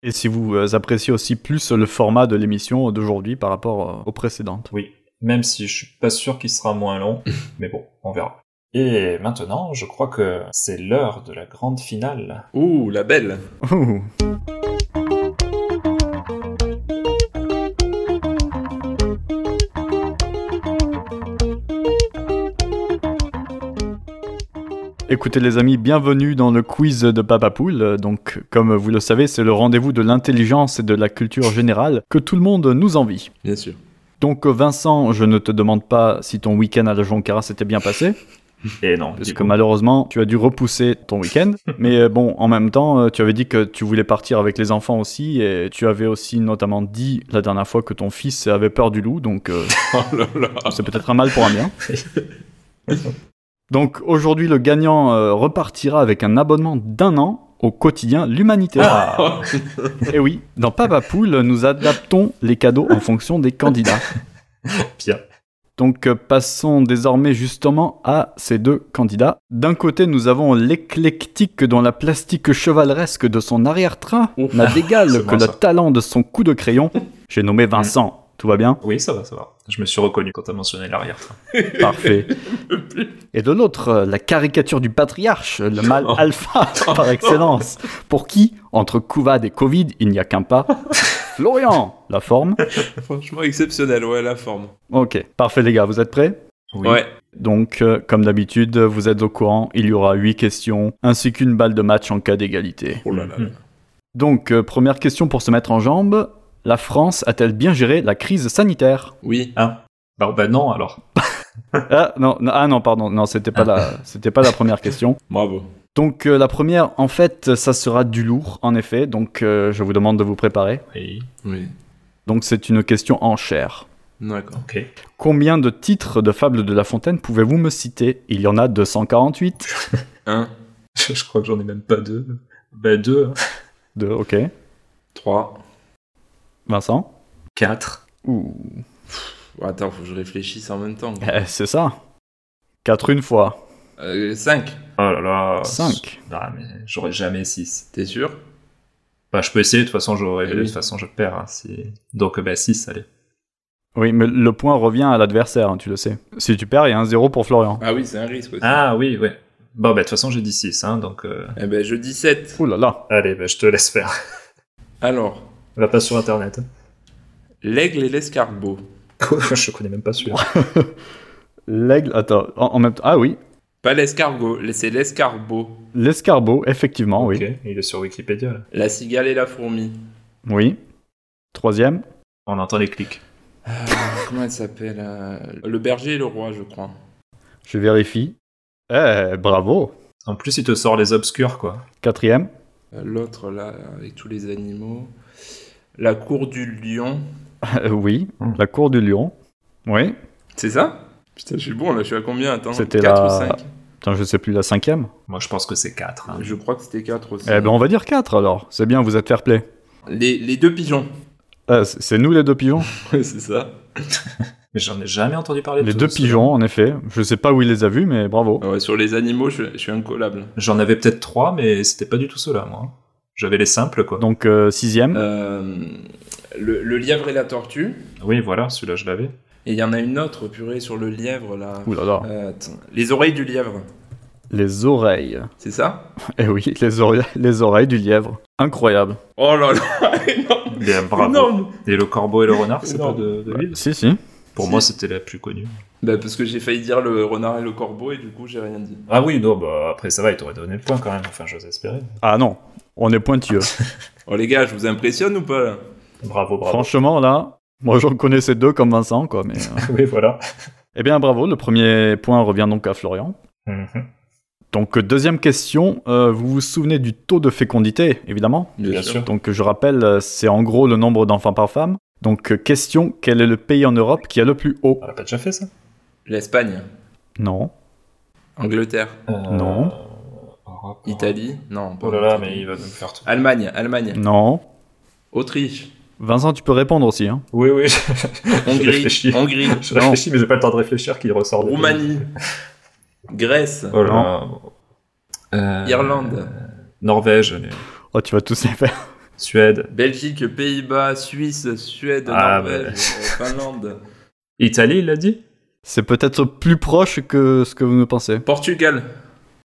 D: Et si vous euh, appréciez aussi plus le format de l'émission d'aujourd'hui par rapport euh, aux précédentes.
B: Oui, même si je suis pas sûr qu'il sera moins [laughs] long, mais bon, on verra. Et maintenant, je crois que c'est l'heure de la grande finale.
C: Ouh, la belle.
D: Ouh. Écoutez les amis, bienvenue dans le quiz de Papa Poule. Euh, Donc comme vous le savez, c'est le rendez-vous de l'intelligence et de la culture générale que tout le monde nous envie.
C: Bien sûr. [laughs]
D: Donc euh, Vincent, je ne te demande pas si ton week-end à la Joncara s'était bien passé,
B: Et non,
D: parce
B: du
D: que
B: coup,
D: malheureusement tu as dû repousser ton
B: [laughs]
D: week-end. Mais euh, bon, en même temps, euh, tu avais dit que tu voulais partir avec les enfants aussi, et tu avais aussi notamment dit la dernière fois que ton fils avait peur du loup, donc euh, [laughs]
C: Oh là là.
D: c'est peut-être un mal pour un bien.
B: [laughs]
D: Donc aujourd'hui, le gagnant euh, repartira avec un abonnement d'un an au quotidien L'Humanité.
B: Ah.
D: Et Eh oui, dans Papa Poule, nous adaptons les cadeaux en fonction des candidats.
B: [laughs] Bien.
D: Donc euh, passons désormais justement à ces deux candidats. D'un côté, nous avons l'éclectique dont la plastique chevaleresque de son arrière-train
C: Ouh.
D: n'a d'égal
B: c'est
D: que
B: bon,
D: le
B: ça.
D: talent de son coup de crayon. J'ai nommé Vincent. Tout va bien
B: [laughs] oui, ça va, ça va. Je me suis reconnu quand t'as mentionné l'arrière-train. [laughs]
D: Parfait. Et de l'autre, euh, la caricature du patriarche, le mâle
C: Oh.
B: [laughs]
D: alpha par excellence, pour qui, entre Couvade et Covid, il n'y a
B: [laughs]
D: qu'un pas. Florian, la forme.
C: Franchement exceptionnel, ouais, la forme.
D: Ok, parfait les gars, vous êtes prêts
B: Oui.
C: Ouais.
D: Donc, euh, comme d'habitude, vous êtes au courant, il y aura 8 questions, ainsi qu'une balle de match en cas d'égalité.
C: Oh là là.
B: Mhm.
D: Donc, euh, première question pour se mettre en jambe. La France a-t-elle bien géré la crise sanitaire
C: Oui.
B: Hein bah, bah non, alors.
D: ah non, non, ah non, pardon, non, c'était pas, la, c'était pas la première question.
C: Bravo.
D: Donc, euh, la première, en fait, ça sera du lourd, en effet, donc euh, je vous demande de vous préparer.
B: Oui,
C: Oui.
D: Donc, c'est une question en chair.
C: D'accord.
B: ok. [laughs]
D: Combien de titres de Fables de La Fontaine pouvez-vous me citer Il y en a 248.
C: Un,
B: Je crois que j'en ai même pas deux. Bah deux, hein.
D: Deux, ok.
C: trois.
D: Vincent
B: quatre.
D: Ouh.
C: Oh, attends, faut que je réfléchisse en même temps.
D: Eh, c'est ça. 4 une fois.
C: Euh, cinq.
B: Oh là là.
D: 5.
B: Ah, mais j'aurais jamais six.
C: T'es sûr
B: Bah, je peux essayer, de toute façon, j'aurais...
C: Eh
B: de
C: oui.
B: toute façon, je perds. hein, si- Donc, bah six, allez.
D: Oui, mais le point revient à l'adversaire, hein, tu le sais. Si tu perds, il y a un 0 pour Florian.
C: Ah oui, c'est un risque aussi.
B: Ah oui, ouais. Bon, bah de toute façon, j'ai dit six, hein, donc... euh,
C: Eh ben, je dis sept.
D: Ouh là là.
B: Allez, bah, je te laisse faire.
C: Alors,
B: Va pas sur [laughs] internet.
C: l'aigle et l'escargot.
B: Quoi Je connais même pas celui-là.
D: L'aigle, attends, en, en même temps. Ah oui,
C: Pas l'escargot, c'est l'escarbot.
D: l'escarbot, effectivement, Ah, oui.
B: Ok, il est sur Wikipédia là.
C: La cigale et la fourmi.
D: Oui. Troisième.
B: On entend les clics.
C: Ah, Comment elle s'appelle euh, Le berger et le roi, je crois.
D: Je vérifie. Eh, bravo.
B: En plus, il te sort les obscurs quoi.
D: Quatrième. [laughs]
C: Euh, L'autre, là, avec tous les animaux. La cour du lion.
D: Euh, oui.
B: Hmm.
D: La cour du lion. Oui.
C: C'est ça Putain, je suis bon, là, je suis à combien Attends,
D: C'était
C: 4
D: la-
C: ou 5
D: Putain, je sais plus la cinquième. ben,
B: Moi, je pense que c'est hein. 4.
C: Je crois que c'était 4 aussi.
D: Eh ben, on va dire 4 alors. C'est bien, vous êtes fair play.
C: Les, les deux pigeons.
D: Ah, c'est c'est nous les deux pigeons
C: [laughs] Ouais, c'est ça.
B: Mais j'en ai jamais entendu parler.
D: Les
B: de
D: deux
B: ça.
D: pigeons, en effet. Je sais pas où il les a vus, mais bravo.
C: Ah ouais, sur les animaux, je, je suis incollable.
B: J'en avais peut-être trois, mais c'était pas du tout ceux-là, moi. J'avais les simples, quoi.
D: Donc euh, sixième.
C: Euh, le, le lièvre et la tortue.
B: Oui, voilà, celui-là, je l'avais.
C: Et il y en a une autre, purée, sur le lièvre, là.
D: Ouh là là.
C: Euh, attends. Les oreilles du lièvre,
D: Les oreilles. [laughs]
C: c'est ça
D: Eh oui, les, oreilles, [laughs] les oreilles du lièvre. Incroyable.
C: Oh là là
B: [laughs]
C: énorme,
B: Bien, bravo.
C: énorme.
B: Et le corbeau et le renard, c'est pas
C: Énorme.
B: de, de lui
D: Si, si.
B: Pour
C: Si.
B: moi, c'était la plus connue.
C: Bah, Parce que j'ai failli dire le renard et le corbeau, et du coup, j'ai rien dit.
B: Ah oui, non, bah après, ça va, il t'aurait donné le point quand même. Enfin, j'ose espérer.
D: Ah non, on est pointilleux.
C: Oh les gars, je vous impressionne ou pas là
B: Bravo, bravo.
D: Franchement, là, moi j'en connaissais deux comme Vincent, quoi. Mais, euh.
B: [laughs] Oui, voilà.
D: [laughs] Eh bien, bravo. Le premier point revient donc à Florian.
B: Mhm.
D: Donc, euh, deuxième question. euh, vous vous souvenez du taux de fécondité, évidemment
B: Bien sûr.
D: Donc, je rappelle, euh, c'est en gros le nombre d'enfants par femme. Donc, euh, question quel est le pays en Europe qui a le plus haut
B: On l'a pas déjà fait, ça
C: L'Espagne,
D: Non.
C: Angleterre,
B: Euh,
D: Non.
B: Europe,
C: Italie, non. pas
B: Oh là là,
C: Italie.
B: mais il Mm. va nous faire tout.
C: Allemagne, Allemagne,
D: Non.
C: Autriche,
D: Vincent, tu peux répondre aussi. Hein.
B: Oui, oui, [laughs] je réfléchis.
C: Hongrie,
B: [laughs]
C: Hongrie,
B: Je réfléchis, mais j'ai pas le temps de réfléchir qu'il ressort. des [laughs]
C: Roumanie, Grèce,
B: pays. Oh là là. Euh,
C: Irlande,
B: Norvège, les-
D: Oh, tu vas tous les faire.
B: Suède,
C: Belgique, Pays-Bas, Suisse, Suède,
B: Ah,
C: Norvège,
B: bah.
C: euh, Finlande,
B: Italie, il l'a dit
D: C'est peut-être plus proche que ce que vous ne pensez.
C: Portugal,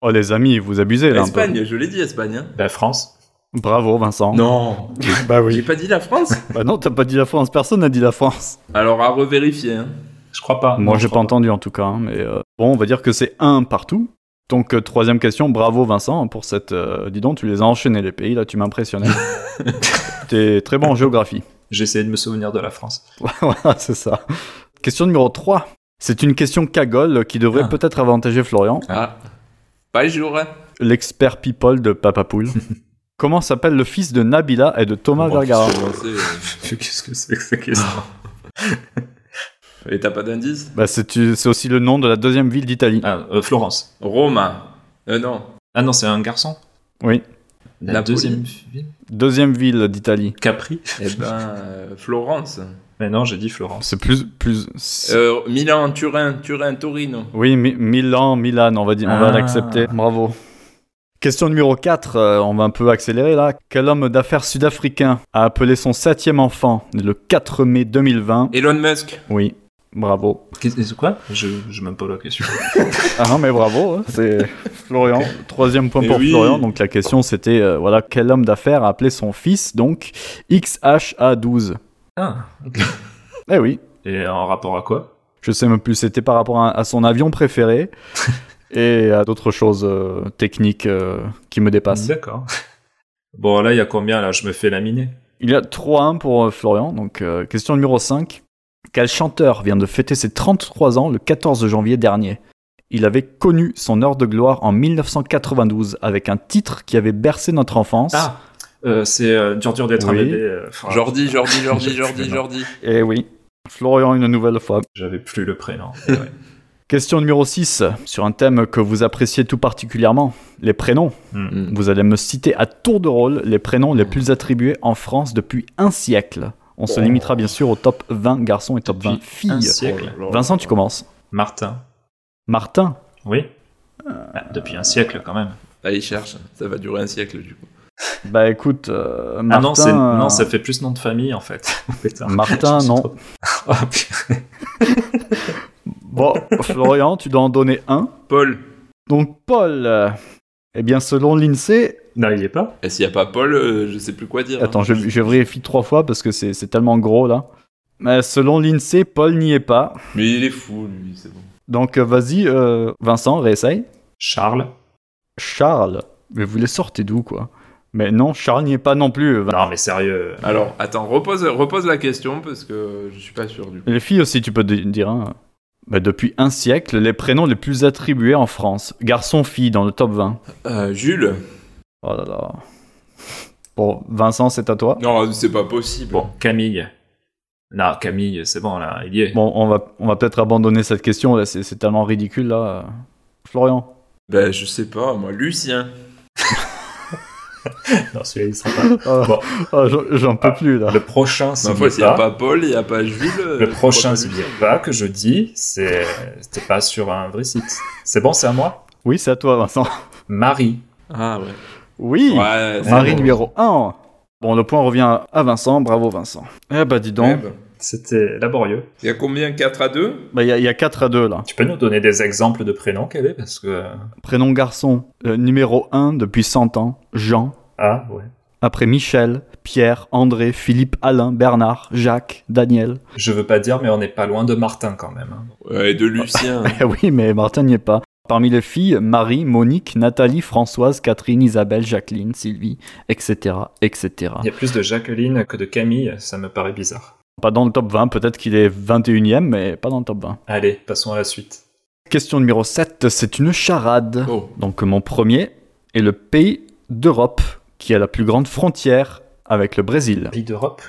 D: Oh, les amis, vous abusez là. un peu.
C: Espagne, je l'ai dit Espagne. hein.
B: La France.
D: Bravo, Vincent.
C: Non,
D: Bah
C: j'ai pas dit la France
D: Bah non, t'as pas dit la France. Personne n'a dit la France.
C: Alors à revérifier. hein.
B: Je crois pas.
D: Moi,
B: Non,
D: j'ai
B: je
D: pas
B: crois
D: entendu en tout cas, hein, mais euh, bon, on va dire que c'est un partout. Donc, euh, troisième question, bravo Vincent pour cette. euh, dis donc, tu les as enchaînés les pays, là, tu [laughs] m'impressionnais. T'es très bon en géographie. [laughs]
B: J'ai essayé de me souvenir de la France.
C: [laughs]
D: voilà, c'est ça. Question numéro 3. C'est une question cagole qui devrait
B: Ah.
D: peut-être avantager Florian,
C: Ah, pas jour. hein.
D: l'expert people de Papa [laughs] Poule. Comment s'appelle le fils de Nabila et de Thomas
B: Comment
D: Vergara
B: Qu'est-ce que c'est que cette question
C: euh, Et t'as pas d'indice
D: bah, c'est, tu- c'est aussi le nom de la deuxième ville d'Italie.
B: ah, euh, Florence.
C: Rome. Euh, non,
B: Ah non, c'est un garçon
D: Oui.
B: La
C: Napoli.
B: deuxième ville
D: Deuxième ville d'Italie.
B: Capri
C: eh ben euh, Florence.
B: [laughs] Mais non, j'ai dit Florence.
D: C'est plus. plus c'est-
C: Euh, Milan, Turin, Turin, Torino.
D: Oui, Mi- Milan, Milan, on va, dire, on va
B: Ah.
D: l'accepter. Bravo. Question numéro 4, on va un peu accélérer là. Quel homme d'affaires sud-africain a appelé son septième enfant le 4 mai 2020
C: Elon Musk.
D: Oui, bravo.
B: Qu'est- Quoi Je, je même pas la
D: [laughs]
B: question.
D: Ah non, mais bravo, hein, [laughs] c'est Florian. Troisième point
C: Eh
D: pour
C: oui.
D: Florian. Donc la question c'était, euh, voilà, quel homme d'affaires a appelé son fils, donc XHA12
B: Ah.
D: Eh oui,
B: Et en rapport à quoi
D: je sais même plus, c'était par rapport à, à son avion préféré et à d'autres choses euh, techniques euh, qui me dépassent.
B: D'accord. Bon, là, il y a combien là Je me fais laminer.
D: Il y a 3-1 pour euh, Florian. Donc, euh, question numéro 5. Quel chanteur vient de fêter ses 33 ans le 14 janvier dernier Il avait connu son heure de gloire en 1992 avec un titre qui avait bercé notre enfance.
B: Ah Euh, C'est euh, dur, dur d'être un
D: Oui.
B: bébé. euh, enfin,
C: Jordi, Jordi, Jordi,
B: [laughs] Je-
C: Jordi,
B: non.
C: Jordi.
D: Eh oui. Florian, une nouvelle fois.
B: J'avais plus le prénom. Et ouais.
D: Question numéro 6. Sur un thème que vous appréciez tout particulièrement, les prénoms.
C: Hmm.
D: Vous allez me citer à tour de rôle les prénoms les plus attribués en France depuis un siècle. On
B: Oh.
D: se limitera bien sûr au top 20 garçons et top 20
B: Un
D: filles.
C: Oh
B: siècle.
D: Vincent, tu commences.
B: Martin.
D: Martin,
B: Oui. Ah, depuis un siècle quand même.
C: Allez, Ah, cherche. Ça va durer un siècle du coup.
D: Bah écoute, euh,
B: Ah
D: Martin.
B: non, c'est-
D: euh,
B: non, ça fait plus nom de famille en fait. [laughs] Putain. Je
D: Martin,
B: me suis
D: non.
B: trop- [laughs] Ah, putain.
D: Bon, [laughs] Florian, tu dois en donner un.
C: Paul.
D: Donc, Paul. euh, eh bien, selon l'INSEE.
B: non, il y est pas.
C: Et Eh, s'il n'y a pas Paul, euh, je sais plus quoi dire.
D: Attends, je, je vérifie trois fois parce que c'est c'est tellement gros là. Mais selon l'INSEE, Paul n'y est pas.
C: Mais il est fou lui, c'est bon.
D: Donc, euh, vas-y, euh, Vincent, réessaye.
B: Charles.
D: Charles. Mais vous les sortez d'où, quoi Mais non, Charles n'y est pas non plus.
B: Non, mais sérieux.
C: Alors, attends, repose, repose la question parce que je suis pas sûr du coup.
D: Les filles aussi, tu peux di- dire. hein. Bah, depuis un siècle, les prénoms les plus attribués en France. Garçon-fille dans le top 20.
C: Euh, Jules.
D: Oh là là. Bon, Vincent, c'est à toi.
C: Non, c'est pas possible.
B: Bon, Camille. Non, Camille, c'est bon là, il y est.
D: Bon, on va, on va peut-être abandonner cette question, là, c'est c'est tellement ridicule, là. Florian
C: Ben, je sais pas, moi, Lucien.
B: non, celui-là, il sera pas.
D: Ah, [laughs]
B: Bon.
D: ah, j'en- J'en peux plus là.
B: Le prochain, c'est
C: Ma foi, s'il n'y a
B: pas.
C: pas Paul, il n'y a pas Jules. euh,
B: Le prochain,
C: je
B: c'est
C: crois
B: bien pas que je dis, c'est c'était pas sur un vrai site. C'est bon, c'est à moi.
D: Oui, c'est à toi Vincent.
B: Marie.
C: que- Ah ouais.
D: Oui
C: Ouais, c'est
D: Marie
C: bon.
D: numéro 1. Bon, le point revient à Vincent. Bravo Vincent. Eh bah dis
C: Ouais,
D: donc,
C: bah.
B: C'était laborieux.
C: Il y a combien 4 à 2
D: bah, il y, a- il y a 4 à 2 là.
B: Tu peux nous donner des exemples de prénoms, Kevin Parce que.
D: Prénom garçon, euh, numéro 1 depuis 100 ans, Jean.
B: Ah, ouais.
D: Après Michel, Pierre, André, Philippe, Alain, Bernard, Jacques, Daniel. [laughs]
B: Je veux pas dire, mais on n'est pas loin de Martin quand même. hein.
C: Ouais, de
D: [laughs]
C: Lucien.
D: Eh oui, mais Martin n'y est pas. Parmi les filles, Marie, Monique, Nathalie, Françoise, Catherine, Isabelle, Jacqueline, Sylvie, etc., etc.
B: Il y a plus de Jacqueline que de Camille, ça me paraît bizarre.
D: Pas dans le top 20, peut-être qu'il est 21ème, mais pas dans le top 20.
B: Allez, passons à la suite.
D: Question numéro 7, c'est une charade.
C: Oh.
D: Donc mon premier est le pays d'Europe qui a la plus grande frontière avec le Brésil.
B: Pays d'Europe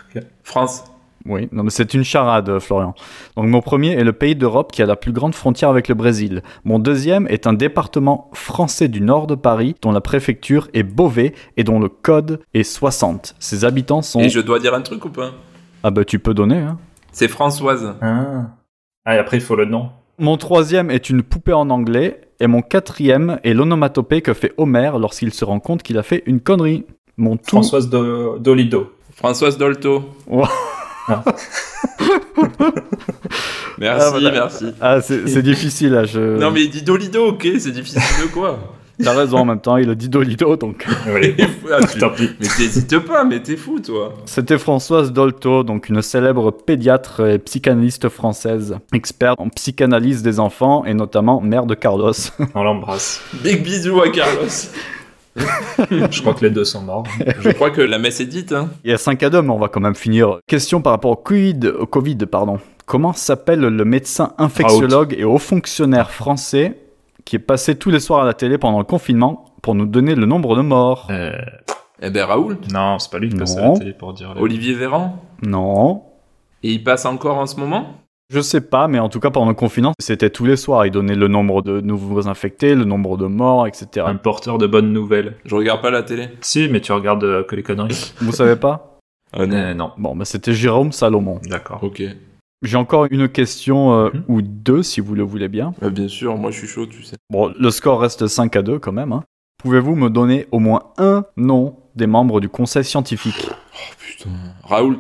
C: France.
D: Oui, non mais c'est une charade, euh, Florian. Donc mon premier est le pays d'Europe qui a la plus grande frontière avec le Brésil. Mon deuxième est un département français du nord de Paris dont la préfecture est Beauvais et dont le code est 60. Ses habitants sont...
C: Et je dois dire un truc ou pas
D: Ah bah tu peux donner. Hein.
C: C'est Françoise.
B: Ah. Ah, et après, il faut le nom.
D: Mon troisième est une poupée en anglais et mon quatrième est l'onomatopée que fait Homer lorsqu'il se rend compte qu'il a fait une connerie. Mon tout...
B: Françoise Do- Dolido.
C: Françoise Dolto.
D: Wow.
C: merci,
D: Ah, voilà.
C: merci.
D: Ah, c'est c'est difficile là, je...
C: Non mais dis Dolido, ok, c'est difficile de quoi
D: T'as raison en même temps, il a dit Dolido donc.
B: Allez,
C: Ah, tu-
B: tant pis.
C: Mais t'hésites pas, mais t'es fou toi.
D: C'était Françoise Dolto, donc une célèbre pédiatre et psychanalyste française, experte en psychanalyse des enfants et notamment mère de Carlos. [laughs]
B: On l'embrasse.
C: Big bisous à Carlos.
B: Je crois que les deux sont morts.
C: je crois que la messe est dite. Hein.
D: Il y a 5 à 2, mais on va quand même finir. Question par rapport au Covid, au Covid pardon. Comment s'appelle le médecin infectiologue et haut fonctionnaire français qui est passé tous les soirs à la télé pendant le confinement pour nous donner le nombre de morts
B: Euh,
C: Eh ben Raoul,
B: non, c'est pas lui qui passe à
D: Non.
B: la télé pour dire. les-
C: Olivier Véran.
D: Non.
C: Et il passe encore en ce moment
D: Je sais pas, mais en tout cas pendant le confinement, c'était tous les soirs. Ils donnaient le nombre de nouveaux infectés, le nombre de morts, etc.
B: Un porteur de bonnes nouvelles.
C: Je regarde pas la télé.
B: Si, mais tu regardes euh, que les conneries.
D: Vous savez pas
C: Ah non.
B: Euh, non.
D: Bon, bah c'était Jérôme Salomon.
B: D'accord.
C: Ok.
D: J'ai encore une question euh,
B: Mhm.
D: ou deux, si vous le voulez bien.
C: Bah, bien sûr, moi je suis chaud, tu sais.
D: Bon, le score reste 5 à 2 quand même. hein. Pouvez-vous me donner au moins un nom des membres du conseil scientifique
C: Oh putain. Raoul.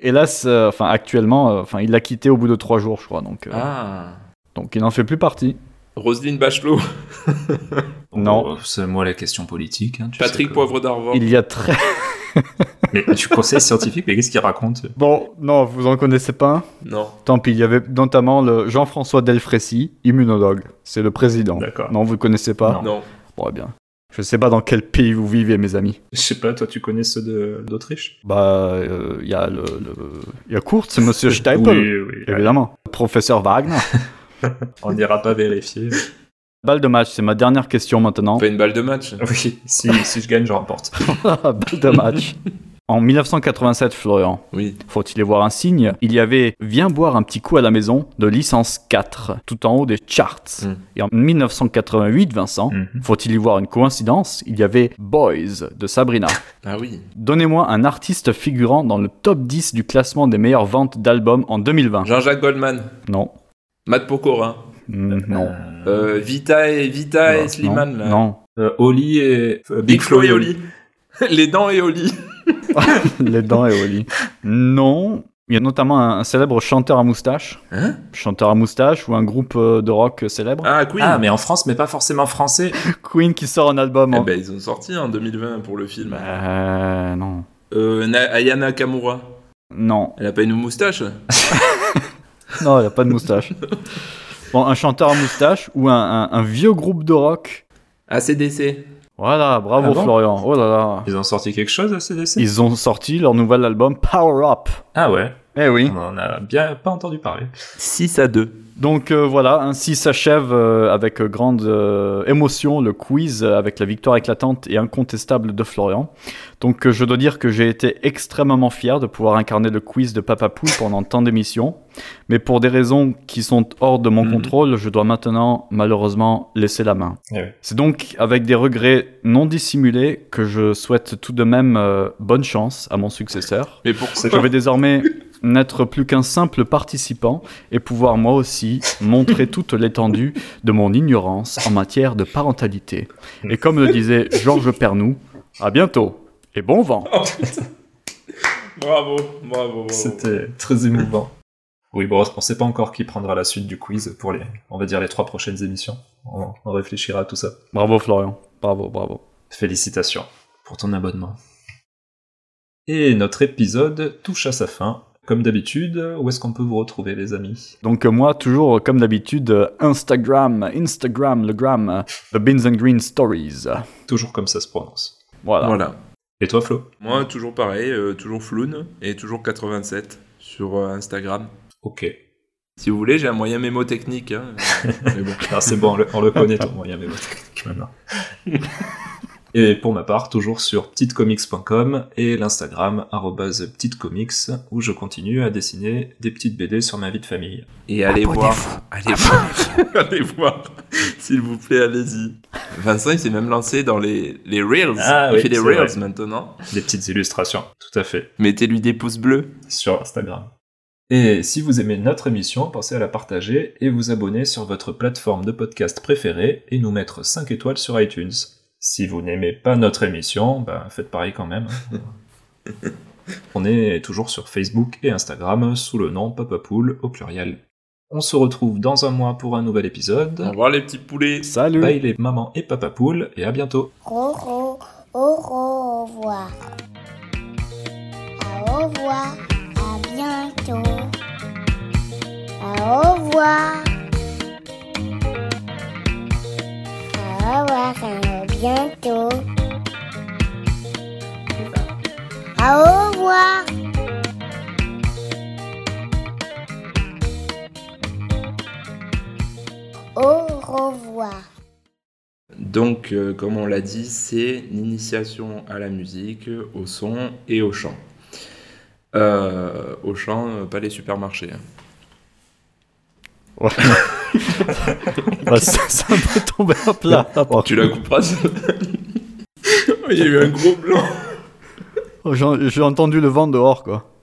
D: Hélas, euh, enfin actuellement, euh, enfin il l'a quitté au bout de 3 jours, je crois. Donc, euh,
C: Ah.
D: donc il n'en fait plus partie.
C: Roselyne Bachelot.
D: Non.
B: Oh, c'est moi la question politique. hein, tu
C: Patrick
B: sais que-
C: Poivre d'Arvor.
D: Il y a très... [laughs]
B: Mais tu conseil scientifique, mais qu'est-ce qu'il raconte
D: Bon, non, vous en connaissez pas un
C: Non.
D: Tant pis, il y avait notamment le Jean-François Delfrécy, immunologue. C'est le président.
B: D'accord.
D: Non, vous le connaissez pas
B: Non.
C: Non.
D: Bon, eh bien. Je sais pas dans quel pays vous vivez, mes amis.
B: Je sais pas, toi tu connais ceux de- d'Autriche
D: Bah, euh, il y a le, le- il y a Kurz, Monsieur Steipel,
B: Oui, oui.
D: évidemment. Le Professeur Wagner.
B: On n'ira pas vérifier.
D: [laughs] Balle de match, c'est ma dernière question maintenant.
C: Pas une balle de match.
B: [laughs] Oui, si, si je gagne, je remporte.
D: [laughs] Balle de match. En 1987, Florian,
C: Oui.
D: faut-il y voir un signe Il y avait Viens boire un petit coup à la maison de licence 4, tout en haut des charts.
C: Mm.
D: Et en 1988, Vincent,
B: [laughs] Mhm.
D: faut-il y voir une coïncidence Il y avait Boys de Sabrina.
C: Ah oui.
D: Donnez-moi un artiste figurant dans le top 10 du classement des meilleures ventes d'albums en 2020.
C: Jean-Jacques Goldman.
D: Non.
C: Matt Pokora.
D: Mm, Non.
C: Euh, Vita et, Vita et Euh, Slimane.
D: non,
C: là.
D: non. [laughs]
B: Euh, Oli et. euh,
C: Big Flo et Oli. [laughs] Les dents et Oli.
D: les dents et Oli. Non. Il y a notamment un, un célèbre chanteur à moustache.
C: Hein
D: Chanteur à moustache ou un groupe euh, de rock célèbre.
C: Ah, Queen.
B: Ah, mais en France, mais pas forcément français.
D: Queen qui sort un album.
C: Ah. Eh
D: en-
C: ben, ils ont sorti en 2020 pour le film.
D: Euh, non.
C: Euh, Na- Ayana Kamura.
D: Non.
C: Elle a pas une moustache
D: Non, il n'y a pas
C: [laughs]
D: de moustache. bon, un chanteur à moustache ou un, un- un vieux groupe de rock.
C: ACDC.
D: Voilà, bravo
B: Ah bon
D: Florian. Oh là là.
B: Ils ont sorti quelque chose à CDC
D: Ils ont sorti leur nouvel album Power Up.
B: Ah ouais,
D: Eh oui.
B: on en a bien pas entendu parler.
C: 6 à 2.
D: Donc euh, voilà, ainsi s'achève euh, avec grande euh, émotion le quiz euh, avec la victoire éclatante et incontestable de Florian. Donc euh, je dois dire que j'ai été extrêmement fier de pouvoir incarner le quiz de Papa Poule pendant tant d'émissions. Mais pour des raisons qui sont hors de mon
C: Mhm.
D: contrôle, je dois maintenant malheureusement laisser la main.
B: Eh oui.
D: C'est donc avec des regrets non dissimulés que je souhaite tout de même euh, bonne chance à mon successeur.
C: Mais pour
D: [laughs] Je vais désormais n'être plus qu'un simple participant et pouvoir moi aussi montrer toute l'étendue de mon ignorance en matière de parentalité. Et comme le disait Georges Pernou, à bientôt et bon vent.
C: Bravo, bravo, bravo.
B: C'était très émouvant. Oui, bon, on sait pas encore qui prendra la suite du quiz pour les, on va dire, les trois prochaines émissions. On, on réfléchira à tout ça.
D: Bravo Florian, bravo, bravo.
B: Félicitations pour ton abonnement. Et notre épisode touche à sa fin. Comme d'habitude, où est-ce qu'on peut vous retrouver, les amis
D: Donc euh, moi, toujours euh, comme d'habitude, euh, Instagram, Instagram, le gram, euh, The Beans and Green Stories.
B: Toujours comme ça se prononce.
D: Voilà.
C: Voilà.
B: Et toi, Flo
C: Moi, toujours pareil, euh, toujours Floun et toujours 87 sur euh, Instagram.
B: Ok.
C: Si vous voulez, j'ai un moyen mémotechnique. [laughs] Hein. Mais bon.
B: Non, Ah, c'est bon, on le, on le connaît ton moyen mémotechnique maintenant. Et pour ma part, toujours sur petitecomics.com et l'Instagram arobase petitecomics où je continue à dessiner des petites BD sur ma vie de famille.
C: Et allez voir. Allez voir. [laughs] allez voir. S'il vous plaît, allez-y. Vincent, il s'est même lancé dans les, les Reels.
B: Ah
C: il
B: oui,
C: fait des
B: c'est
C: Reels
B: vrai.
C: maintenant.
B: Des petites illustrations, tout à fait,
C: Mettez-lui des pouces bleus.
B: sur Instagram. Et si vous aimez notre émission, pensez à la partager et vous abonner sur votre plateforme de podcast préférée et nous mettre 5 étoiles sur iTunes. Si vous n'aimez pas notre émission, ben, faites pareil quand même. hein.
C: [laughs]
B: On est toujours sur Facebook et Instagram sous le nom Papa Poule au pluriel. On se retrouve dans un mois pour un nouvel
C: Au
B: épisode.
C: revoir, les petits poulets.
D: Salut
B: Bye les mamans et Papa Poule et à bientôt.
A: Roro, au revoir. À au revoir, à bientôt. À au revoir. À au revoir, à bientôt. À au revoir. Au revoir.
C: Donc, euh, comme on l'a dit, c'est l'initiation à la musique, au son et au chant. Euh, au chant, euh, pas les supermarchés. hein.
D: [laughs] Bah, ça, ça peut tomber à plat. là, par
C: Tu la couperas [laughs] ça Il y a eu un gros blanc.
D: contre. J'ai j'ai entendu le vent dehors, quoi.